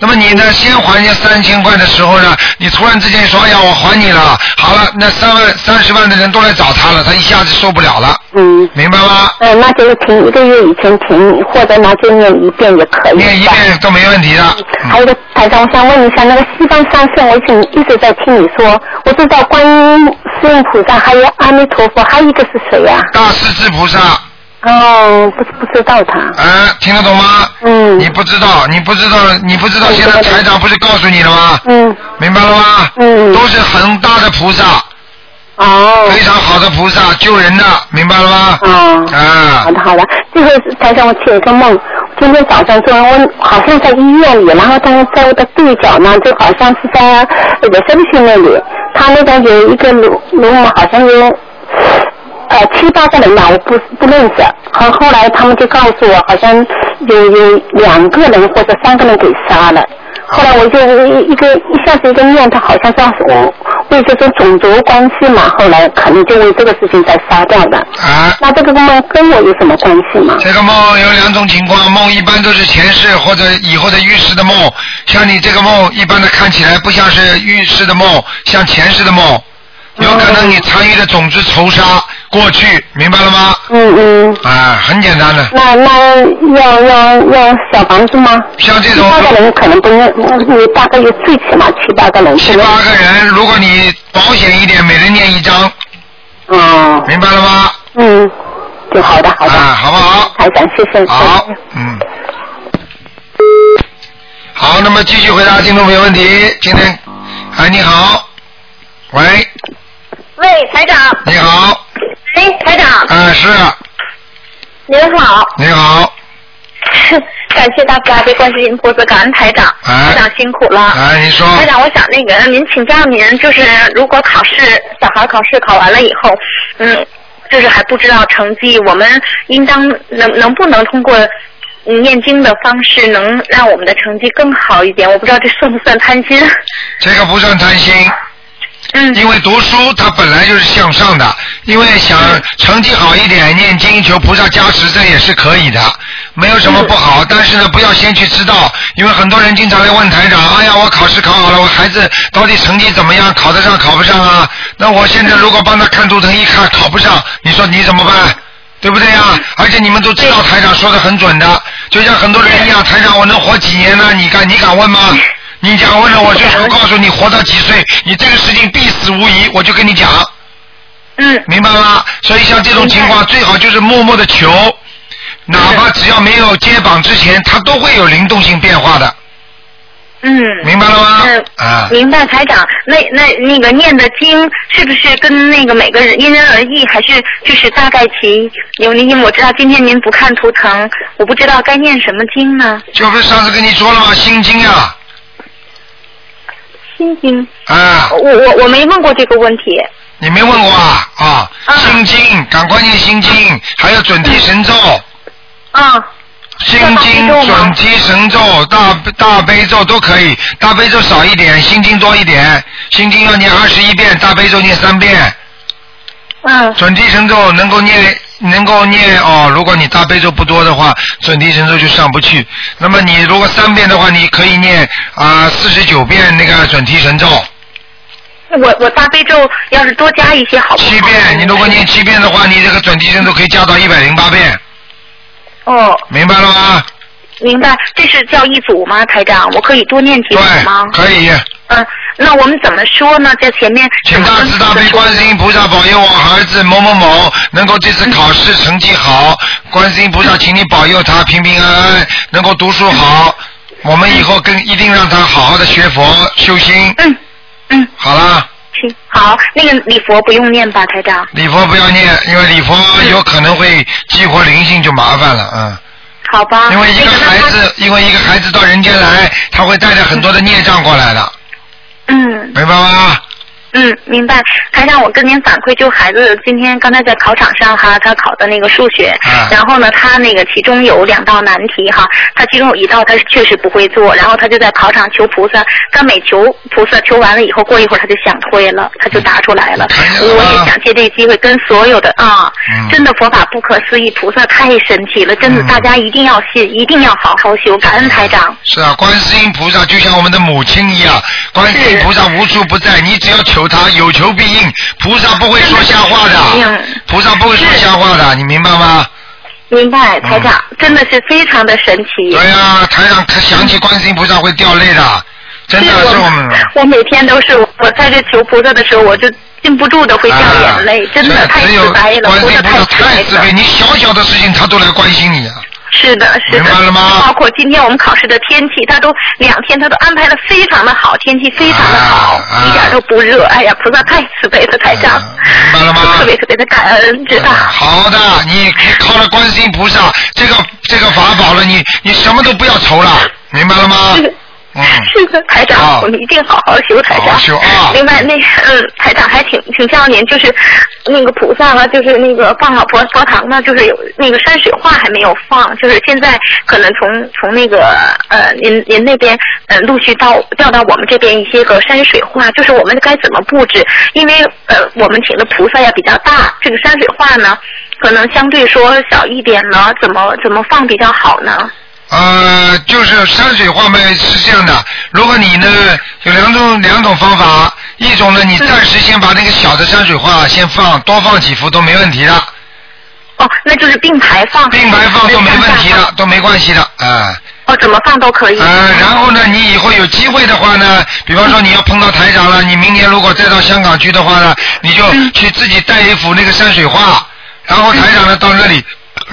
那么你呢，先还人家三千块的时候呢，你突然之间说，哎呀，我还你了，好了，那三万三十万的人都来找他了，他一下子受不了了，
嗯，
明白吗？
嗯，那就是停一个月以前停，或者拿就念一遍也可以。
念一遍嗯都没问题的。
还有一个台长，我想问一下，那个西方三圣，我请一直在听你说，我知道观音、世音菩萨，还有阿弥陀佛，还有一个是谁呀、啊
大势至菩萨。
哦，不不知道他。
啊，听得懂吗？
嗯。
你不知道，你不知道，你不知道，
嗯
现在台长不是告诉你了吗？
嗯。
明白了吗？
嗯。
都是很大的菩萨。
哦。
非常好的菩萨，救人的，明白了吗？
哦。
啊。
好的好的，最后台长，我请一个梦，今天早上做完，我好像在医院里，然后但是在我的对角呢，就好像是在那个身体那里，他那边有一个颅颅膜，好像有。呃，七八个人吧，我不不认识。后后来他们就告诉我，好像有有两个人或者三个人给杀了。后来我就一一个一下子一个念头，好像是我为这种种族关系嘛，后来可能就为这个事情才杀掉的。
啊。
那这个梦跟我有什么关系吗？
这个梦有两种情况，梦一般都是前世或者以后的预示的梦。像你这个梦，一般的看起来不像是预示的梦，像前世的梦。有可能你参与的种子仇杀过去，明白了吗？
嗯嗯。
啊，很简单的。
那那要要要小房子吗？
像这种
七八个人可能不认，你大概有最起码七八个人。
七八个人，如果你保险一点，每人念一张。
嗯。
明白了吗？
嗯，就好的好的。
啊，好不好？
台长，谢谢。
好，嗯。好，那么继续回答听众朋友问题。今天，哎，你好，喂，
喂，台长。
你好，
哎，台长，
啊，是，
您好，
你好，
感谢大慈大悲观世音菩萨，感恩台长，
哎
台长辛苦了。
哎，你说，
台长，我想那个呃您请教您，就是如果考试小孩考试考完了以后，嗯，就是还不知道成绩，我们应当能能不能通过嗯念经的方式，能让我们的成绩更好一点？我不知道这算不算贪心。
这个不算贪心。
嗯。
因为读书它本来就是向上的，因为想成绩好一点，念经求菩萨加持，这也是可以的，没有什么不好。但是呢，不要先去知道，因为很多人经常来问台长，哎呀，我考试考好了，我孩子到底成绩怎么样，考得上考不上啊？那我现在如果帮他看图腾一看考不上，你说你怎么办？对不对呀？而且你们都知道台长说的很准的，就像很多人一样，台长我能活几年呢？你敢你敢问吗？你敢问了，我就我告诉你活到几岁，你这个事情必死无疑，我就跟你讲。
嗯。
明白吗？所以像这种情况，最好就是默默的求，哪怕只要没有接榜之前，它都会有灵动性变化的。
嗯，
明白了吗
嗯，
啊
明白，台长。那那那个念的经是不是跟那个每个人因人而异，还是就是大概其有您？因为我知道今天您不看图腾，我不知道该念什么经呢。
就不是上次跟你说了吗？心经啊呀、
心经。
啊。
我我我没问过这个问题。
你没问过啊？啊，心经，赶快念心经，还有准提神咒。
啊。
心经、准提神咒、大大悲咒都可以，大悲咒少一点，心经多一点。心经要念二十一遍，大悲咒念三遍。
嗯。
准提神咒能够念，能够念哦。如果你大悲咒不多的话，准提神咒就上不去。那么你如果三遍的话，你可以念啊四十九遍那个准提神咒。
我我大悲咒要是多加一些好不好？
七遍，你如果念七遍的话，你这个准提神咒可以加到一百零八遍，
哦，
明白了吗？
明白，这是叫一组吗，台长？我可以多念几组吗？
可以。
嗯，那我们怎么说呢？在前面
请大慈大悲观世音菩萨保佑我儿子某某某能够这次考试成绩好，观世音菩萨，请你保佑他平平安安，能够读书好。我们以后跟一定让他好好的学佛修心。
嗯嗯。
好啦，
行好，那个礼佛不用念吧，台长。
礼佛不要念，因为礼佛有可能会激活灵性，就麻烦了，嗯。
好吧。
因为一个孩子，因为一个孩子到人间来，他会带着很多的孽障过来的，
嗯，
明白吗？
嗯，明白。台长，我跟您反馈，就孩子今天刚才在考场上哈，他考的那个数学，然后呢，他那个其中有两道难题哈，他其中有一道他是确实不会做，然后他就在考场求菩萨，他每求菩萨求完了以后，过一会儿他就想会了，他就答出来了。我也想借这个机会跟所有的啊，真的佛法不可思议，菩萨太神奇了，真的大家一定要信，一定要好好修，感恩台长。
是啊，观世音菩萨就像我们的母亲一样，观世音菩萨无处不在，你只要求他，有求必应。菩萨不会说瞎话的，菩萨不会说瞎话的，你明白吗？嗯
明白，台长、真的是非常的神奇。
哎对呀、台长他想起观世音菩萨会掉泪的，真的是我们。
我每天都是我在这求菩萨的时候，我就禁不住的会掉眼泪，真的太
啊只
慈
有
悲了，
观
菩
世音
萨
菩萨太慈
太慈
悲，
悲
你
了。
小小的事情他都来关心你啊。
是的，是
明
的，
白了吗
包括今天我们考试的天气，他都两天他都安排的非常的好，天气非常的好，
啊
一点都不热。哎呀，菩萨太慈悲了，台长，
明白了吗？
特别特别的感恩，知道。
好的，你你靠了观世音菩萨这个这个法宝了，你你什么都不要愁了，明白了吗？嗯，
是的，
好
台长，我们一定好好修台长。
修啊
另外，那个嗯，台长还请请教您，就是那个菩萨啊，就是那个放好佛佛堂呢，就是有那个山水画还没有放，就是现在可能从从那个呃您您那边呃陆续到调到我们这边一些个山水画，就是我们该怎么布置？因为呃我们请的菩萨呀比较大，这个山水画呢可能相对说小一点呢，怎么怎么放比较好呢？
呃，就是山水画嘛是这样的，如果你呢有两种两种方法，一种呢你暂时先把那个小的山水画先放，多放几幅都没问题的。
哦，那就是并排放。
并排放都没问题的，都没关系的，啊、
哦，怎么放都可以。
呃，然后呢，你以后有机会的话呢，比方说
嗯
你要碰到台长了，你明年如果再到香港去的话呢，你就
嗯
去自己带一幅那个山水画，然后台长呢到那里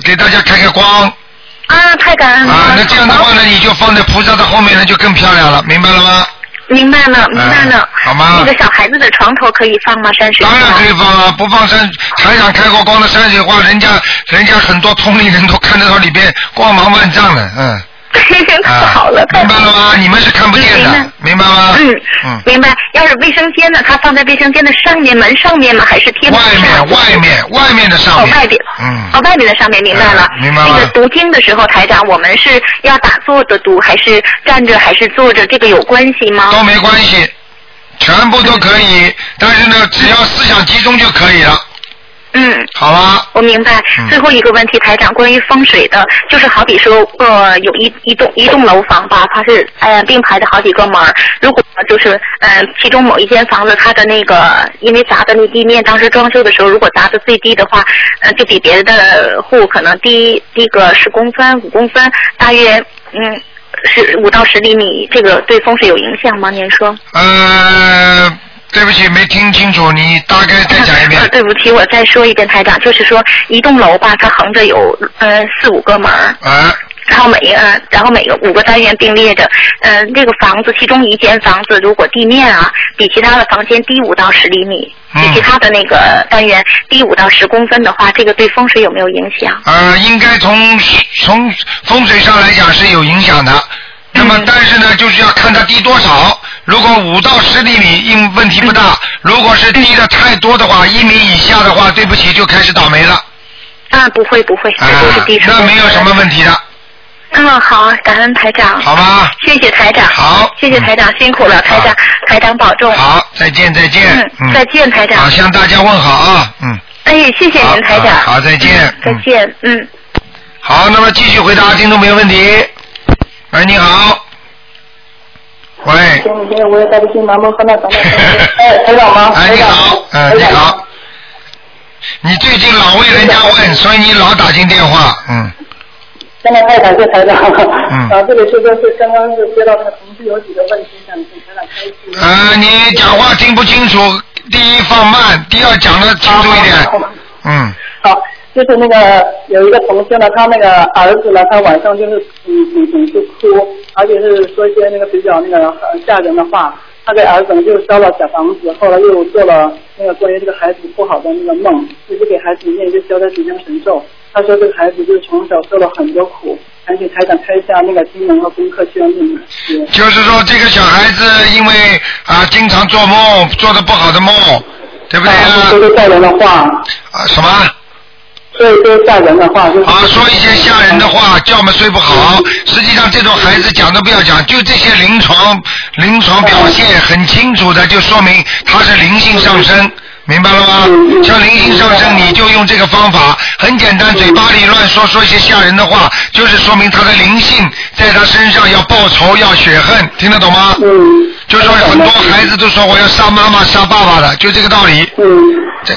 给大家开开光。
啊，太感恩了。
啊，那这样的话呢，你就放在菩萨的后面呢，就更漂亮了，明白了吗？哎
明白了，明白了。
好吗
那个小孩子的床头可以放吗？山水画。
当然可以放啊，不放山台长开过光的山水画，人家人家很多同龄人都看得到里边光芒万丈的， 嗯。好了，明白了吗？你们是看不见的，明白吗？
嗯
嗯，
明白。要是卫生间呢，它放在卫生间的上面门上面吗？还是贴门上？外面，
外面，外面的上面
哦，外边。
嗯。
哦，外面的上面，明白了。
明白了
那个读经的时候，台长，我们是要打坐着读，还是站着，还是坐着？这个有关系吗？
都没关系，全部都可以，但是呢，只要思想集中就可以了。
嗯，
好吧。
我明白。
嗯
最后一个问题，台长，关于风水的，就是好比说，呃，有一一栋一栋楼房吧，它是呃并排的好几个门儿。如果就是呃其中某一间房子，它的那个因为砸的那地面，当时装修的时候，如果砸的最低的话，呃就比别的户可能低低个十公分、五公分，大约嗯是五到十厘米，这个对风水有影响吗？您说？
呃，对不起，没听清楚，你大概再讲一遍。
呃对不起，我再说一遍，台长，就是说一栋楼吧，它横着有呃四五个门儿
啊。
然后每一个，然后每个五个单元并列着，呃，这个房子其中一间房子如果地面啊比其他的房间低五到十厘米，
嗯
比其他的那个单元低五到十公分的话，这个对风水有没有影响？
呃，应该从从风水上来讲是有影响的。那
嗯
么，但是呢，就是要看它低多少。如果五到十厘米，应问题不大；
嗯
如果是低的太多的话，一米以下的话，对不起，就开始倒霉了。
啊，不会不会，
这都是低那没有什么问题的。
嗯，好，感恩台长。
好吧。
谢谢台长。
好。嗯
谢谢台长，辛苦了，台长，台长保重。
好，再见，再见。嗯，
再见，台长。
好，向大家问好啊，嗯。
哎，谢谢您，台长。
好好再见
嗯再见，嗯。
好，那么继续回答听众朋友问题。喂，你好。喂，
我也在这南门河那 咱们。哎，台长吗？
哎，你好，嗯，你好。你最近老为人家问，所以你老打进电话，嗯，
真的太感谢台长了。
嗯
啊，这里是就是刚刚是接到他同事有几个问题，想请台长开一次。
呃，你讲话听不清楚，第一放慢，第二讲的清楚一点，嗯，
好，就是那个有一个同事呢，他那个儿子呢，他晚上就是嗯总总是哭，而且是说一些那个比较那个呃吓人的话。他给儿子呢就烧了小房子，后来又做了那个关于这个孩子不好的那个梦，一直给孩子念一些消灾吉祥神咒。他说这个孩子就是从小受了很多苦，而且台长开一下那个经文和功课，希望你们学。
就是说这个小孩子因为啊经常做梦，做的不好的梦，对不对啊？
说些吓人的话。
啊什么？
说一些吓人的话。就是、
啊，说一些吓人的话，叫我们睡不好。实际上这种孩子讲都不要讲，就这些临床临床表现很清楚的，就说明他是灵性上升。明白了吗？像灵性上升，你就用这个方法，很简单，嘴巴里乱说说一些吓人的话，就是说明他的灵性在他身上要报仇要血恨，听得懂吗？
嗯。
就说很多孩子都说我要杀妈妈杀爸爸的，就这个道理。
嗯。
这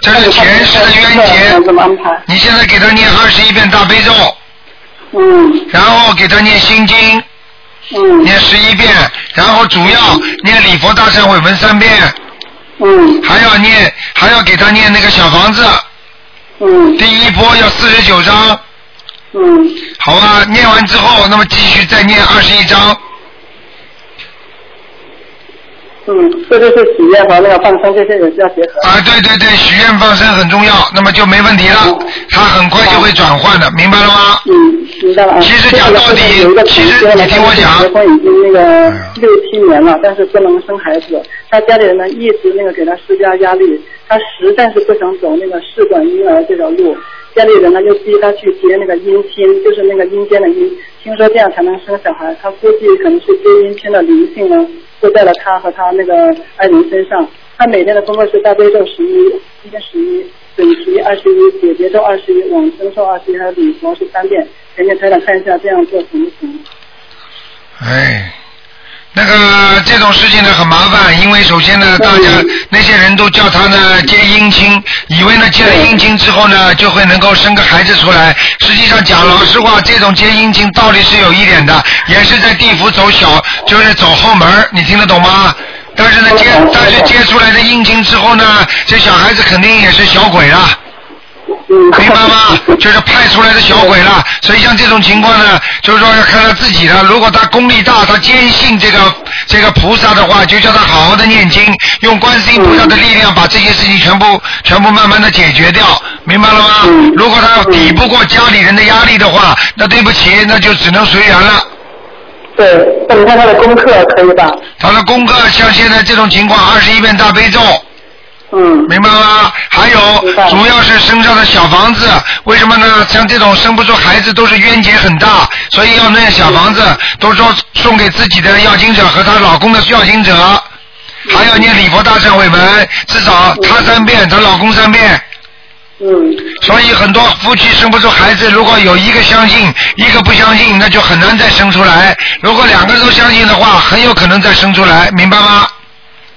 这是前世的冤结。你现在给他念二十一遍大悲咒。
嗯。
然后给他念心经。
嗯。
念十一遍，然后主要念礼佛大忏悔文三遍。
嗯，
还要念，还要给他念那个小房子。
嗯。
第一波要四十九章。
嗯。
好啊，念完之后，那么继续再念二十一章。
嗯，这就是许愿和那个放生，这些也是要结合。
啊，对对对，许愿放生很重要，那么就没问题了，他很快就会转换的，明白了吗？
嗯，明白了啊。
其实讲到底
有一个，
其实你听我讲，嗯
结婚已经那个六七年了，但是不能生孩子，他家里人呢一直那个给他施加压力，他实在是不想走那个试管婴儿这条路，家里人呢又逼他去结那个阴亲，就是那个阴间的阴，听说这样才能生小孩，他估计可能是接阴亲的灵性呢附在了他和他那个爱人身上，他每天的功课是大悲咒十一，今天十一。准提二十一，解结咒二十一，往生咒二十一，还有礼佛是三遍。前面台长看一下这样做行不行？
哎，那个这种事情呢很麻烦，因为首先呢，大家那些人都叫他呢接姻亲，以为呢接了姻亲之后呢就会能够生个孩子出来。实际上讲老实话，这种接姻亲道理是有一点的，也是在地府走小，就是走后门儿，你听得懂吗？但是呢接，但是接出来的姻亲之后呢，这小孩子肯定也是小鬼了。 明白吗？就是派出来的小鬼了，所以像这种情况呢，就是说要看他自己的。如果他功力大，他坚信这个这个菩萨的话，就叫他好好的念经，用观世音菩萨的力量把这些事情全部全部慢慢的解决掉，明白了吗？
嗯
如果他抵不过家里人的压力的话，那对不起，那就只能随缘了。
对，那你看他的功课可以吧？
他的功课像现在这种情况，二十一遍大悲咒。
嗯，
明白吗？还有，主要是身上的小房子，为什么呢？像这种生不出孩子都是冤结很大，所以要念小房子，
嗯
都说送给自己的要经者和她老公的要经者，还要念礼佛大忏悔文，至少她三遍，她老公三遍。
嗯。
所以很多夫妻生不出孩子，如果有一个相信，一个不相信，那就很难再生出来。如果两个人都相信的话，很有可能再生出来，明白吗？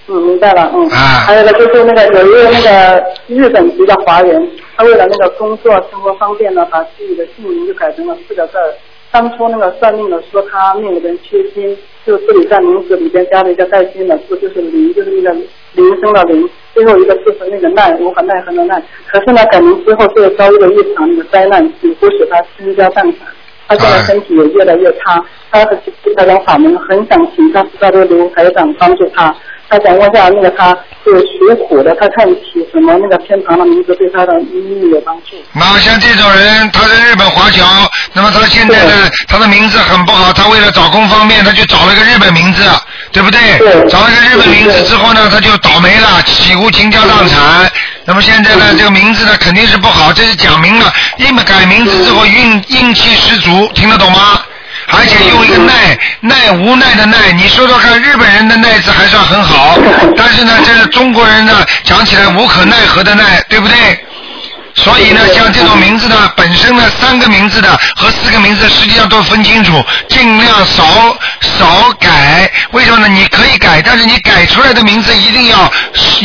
嗯，明白了，嗯。
啊
还有呢，就是那个有一位那个日本籍的华人，他为了那个工作生活方便呢，把自己的姓名就改成了四个字儿。当初那个算命的说他命里边缺金，就自己在名字里边加了一个带金的字，就是林，就是那个铃声的铃，最后一个字是那个奈，无可奈何的奈。可是呢，改名之后就遭遇了一场那个灾难，几乎使他倾家荡产。他现在身体也越来越差，他的台长法门很想请他菩萨的卢台长帮助他。他想问一下，那个他是属虎的，他看起什么那个偏旁的名字对他的命有帮助？
那像这种人，他是日本华侨，那么他现在的他的名字很不好，他为了找工方便，他就找了个日本名字，对不对？
对
找了个日本名字之后呢，他就倒霉了，几乎倾家荡产。那么现在呢，这个名字呢肯定是不好，这是讲明了，因为改名字之后运运气十足，听得懂吗？而且用一个耐耐无奈的耐，你说说看，日本人的耐字还算很好，但是呢，这是中国人呢讲起来无可奈何的奈，对不对？所以呢，像这种名字呢，本身呢，三个名字的和四个名字实际上都分清楚，尽量少少改。为什么呢？你可以改，但是你改出来的名字一定要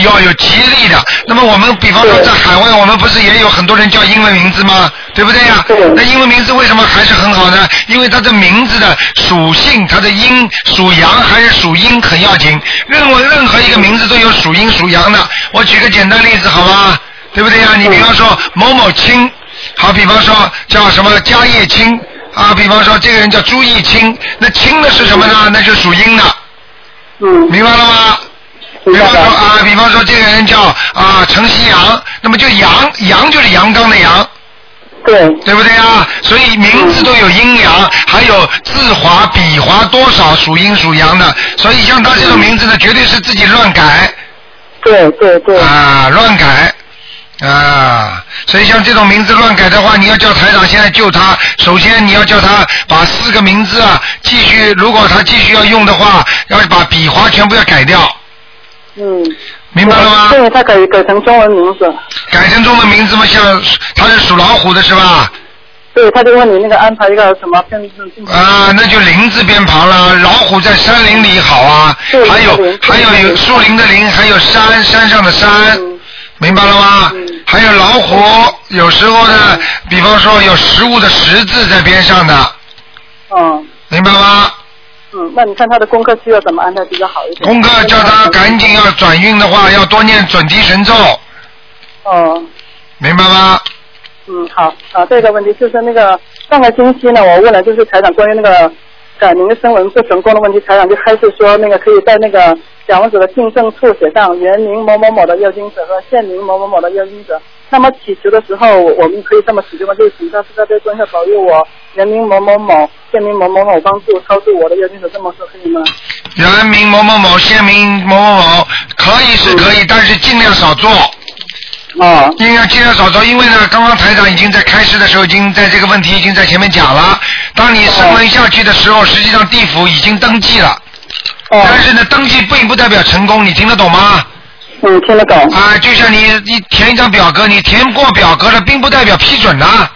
要有吉利的。那么我们比方说在海外，我们不是也有很多人叫英文名字吗？对不对呀、那英文名字为什么还是很好呢？因为它的名字的属性，它的阴属阳还是属阴很要紧。任何任何一个名字都有属阴属阳的。我举个简单例子好吗？对不对呀、你比方说某某清，好，比方说叫什么家业清啊，比方说这个人叫朱义清，那清的是什么呢？那就属阴的。
嗯。
明白了吗？比方说啊，比方说这个人叫啊陈锡阳，那么就阳阳就是阳刚的阳。
对，
对不对啊？所以名字都有阴阳，还有字华、笔华多少属阴属阳的，所以像他这种名字呢，绝对是自己乱改。
对对对。
啊，乱改。啊，所以像这种名字乱改的话，你要叫台长现在救他，首先你要叫他把四个名字啊，继续如果他继续要用的话，要把笔划全部要改掉。
嗯。
明白了吗？
对，他改改成中文名字。
改成中文名字嘛，像他是属老虎的是吧？
对，他就问你那个安排一个什么片子。
啊，那就林字边旁了。老虎在山林里好啊，还有还有有树林的林，还有山山上的山。
嗯
明白了吗？还有老虎，有时候呢，比方说有食物的“食”字在边上的，
嗯，
明白吗？
嗯，那你看他的功课需要怎么安排比较好一点？
功课叫他赶紧要转运的话，要多念准提神咒，
哦，
明白吗？
嗯，好啊，这个问题就是那个上个星期呢，我问了就是台长关于那个改名声纹不成功的问题，台长就开始说那个可以在那个讲者的订正处写上原名某某某的要经者和现名某某某的要经者。那么起词的时候，我我们可以这么使用吗？就是请大师大悲观下保佑我原名某某某，现名某某某，帮助超度我的要经者，这么说可以吗？
原名某某某，现名某某某，可以是
嗯
可以，但是尽量少做。
哦，
尽量尽量少做，因为呢，刚刚台长已经在开始的时候，已经在这个问题已经在前面讲了。当你升温下去的时候，实际上地府已经登记了，
哦
但是呢，登记并不代表成功，你听得懂吗？
嗯，听得懂。
啊，就像你你填一张表格，你填过表格了，并不代表批准呐。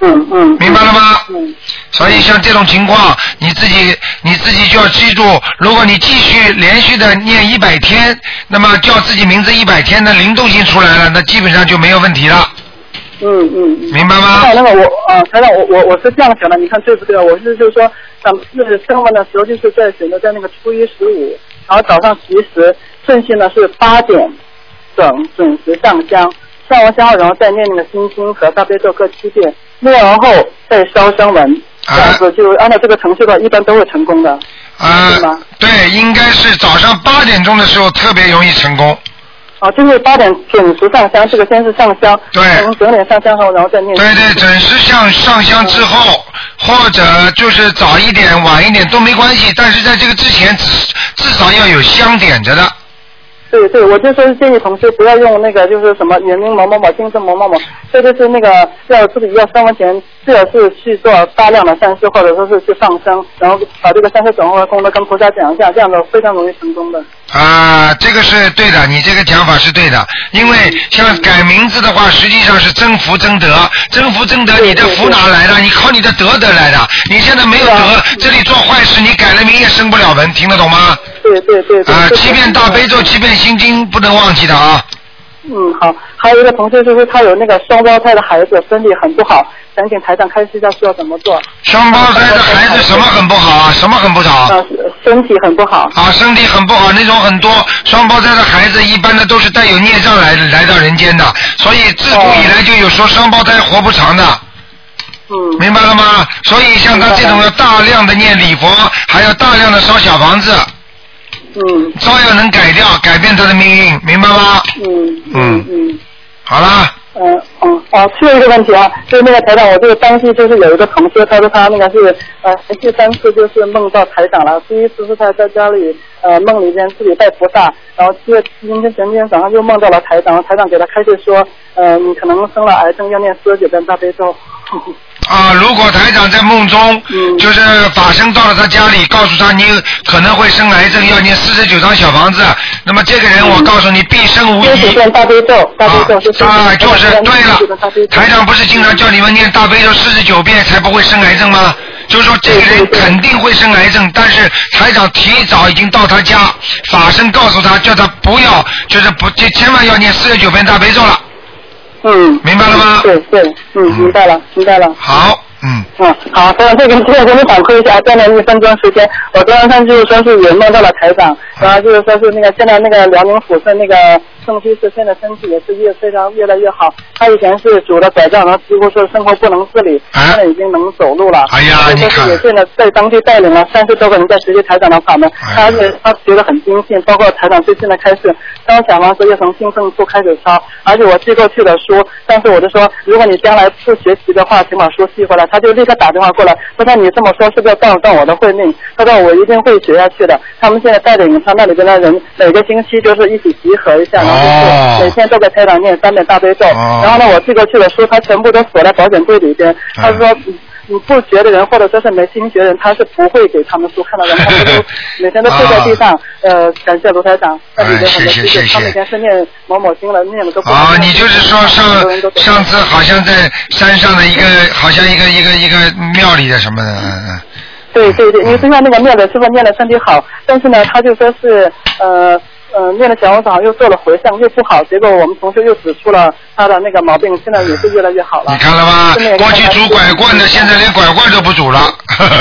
嗯嗯。
明白了吗？
嗯。
所以像这种情况，你自己你自己就要记住，如果你继续连续的念一百天，那么叫自己名字一百天，那灵动性出来了，那基本上就没有问题了。
嗯嗯，
明白吗？
那个我啊，台长，我我我是这样想的，你看对不对？我是就是说，咱们是升温的时候，就是在选择在那个初一十五，然后早上及时，顺序呢是八点整准时上香，上完香后，然后再念那个心经和大悲咒各七遍，念完后再烧声文，这样子就按照这个程序的，一般都会成功的。
啊、对，应该是早上八点钟的时候特别容易成功。
啊，就是八点准时上香，这个先是上香，
对，
从九点上香后，然后再念。
对对，准时上上香之后，或者就是早一点、晚一点都没关系，但是在这个之前至至少要有香点着的。
对对，我就说是建议同事不要用那个，就是什么原名某某某、姓郑某某某，这就是那个要自己要三文钱，最好是去做大量的善事，或者说是去放生，然后把这个善事转化功德跟菩萨讲一下，这样的非常容易成功的。
啊，这个是对的，你这个讲法是对的，因为像改名字的话，实际上是增福增德，增福增德，你的福哪来的？你靠你的德得来的。你现在没
啊
有德，这里做坏事，你改了名也升不了文，听得懂吗？
对对对对。
啊，七遍大悲咒，七遍心经，不能忘记的啊。
嗯，好。还有一个同事就是他有那个双胞胎的孩子，身体很不好，想请台长开示一下需要怎么做。
双胞胎的孩子什么很不好啊？什么很不好？
啊，身体很不好。
啊，身体很不好，那种很多双胞胎的孩子，一般的都是带有孽障来来到人间的，所以自古以来就有说双胞胎活不长的。
嗯。
明白了吗？所以像他这种要大量的念礼佛，还要大量的烧小房子，
嗯
照样能改掉，改变他的命运，明白吗？
嗯
嗯
嗯。
好啦，
嗯嗯哦，最后一个问题啊，就是那个台长，我这个当时就是有一个同事，他说他那个是呃连续三次就是梦到台长了，第一次是他在家里呃梦里边自己拜菩萨，然后接今天前天早上又梦到了台长，台长给他开示说，呃你可能生了癌症，要念四十九遍大悲咒。
啊，如果台长在梦中，就是法身到了他家里，告诉他你可能会生癌症，要念四十九张小房子，啊那么这个人我告诉你必生无疑。
四十遍
嗯
大悲咒，大悲咒是四
啊，
十九
就是
遍
对了，台长不是经常叫你们念大悲咒四十九遍才不会生癌症吗？就是说这个人肯定会生癌症，但是台长提早已经到他家，法身告诉他，叫他不要，就是不，就千万要念四十九遍大悲咒了。
嗯，
明白了吗？嗯
对对，嗯，明白了，明白了。
好，嗯，
嗯，好，台长，这个这个跟你反馈一下，短短一分钟时间，我昨天上就是说是也梦到了台
嗯
长，然后就是说是那个现在那个辽宁抚顺那个宋居士现在身体也是越非常越来越好，他以前是拄着拐杖，然后几乎是生活不能自理，现在已经能走路了。
啊哎呀
所以说是也现在在当地带领了三十多个人在学习台长的法门，
哎
而且他学得很精进，包括台长最近的开示，当小王子又从兴奋处开始抄，而且我寄过去的书，当时我就说，如果你将来不学习的话，请把书寄回来，他就立刻打电话过来，他说你这么说是不是断断我的慧命？他说我一定会学下去的。他们现在带领他那里边的人，每个星期就是一起集合一下，然后就是每天都给台长念三遍大悲咒。然后呢，我寄过去的书，他全部都锁在保险柜里边。他说。你不学的人，或者说是没心学的人，他是不会给他们书看到的，他们都每天都跪在地
啊
上。呃，感谢卢台长，
哎
在里面很多弟子，他们以前是念某某经了，念了都不
啊，你就是说上上次好像在山上的一个，好像一个一个一个庙里的什么的，嗯嗯。
对对对，因为就像那个庙的师傅念的身体好，但是呢，他就说是呃。嗯，念了小王子好像又做了回向，又不好，结果我们同学又指出了他的那个毛病，现在也是越来越好了。
你看了吧？
嗯
过去拄拐棍的，现在连拐棍都不拄了。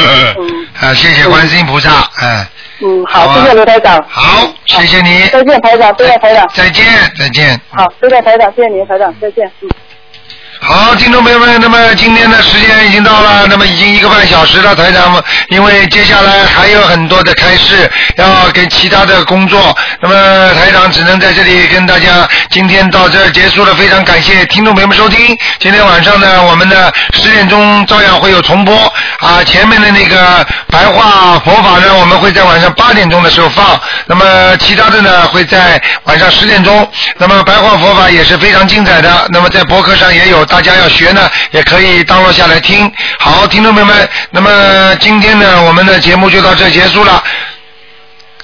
啊，谢谢观世音菩萨，嗯。
嗯，好，
好啊
谢谢卢台长。
好，谢谢你。
再见，台长，再见，台长。
再见，再见。
好，再见，台长，谢谢您，台长，再见。嗯。
好，听众朋友们，那么今天的时间已经到了，那么已经一个半小时了，台长，因为接下来还有很多的开示要给其他的工作，那么台长只能在这里跟大家今天到这儿结束了，非常感谢听众朋友们收听。今天晚上呢，我们的十点钟照样会有重播啊，前面的那个白话佛法呢，我们会在晚上八点钟的时候放，那么其他的呢会在晚上十点钟，那么白话佛法也是非常精彩的，那么在博客上也有。大家要学呢，也可以 download 下来听。好，听众朋友们，那么今天呢，我们的节目就到这结束了。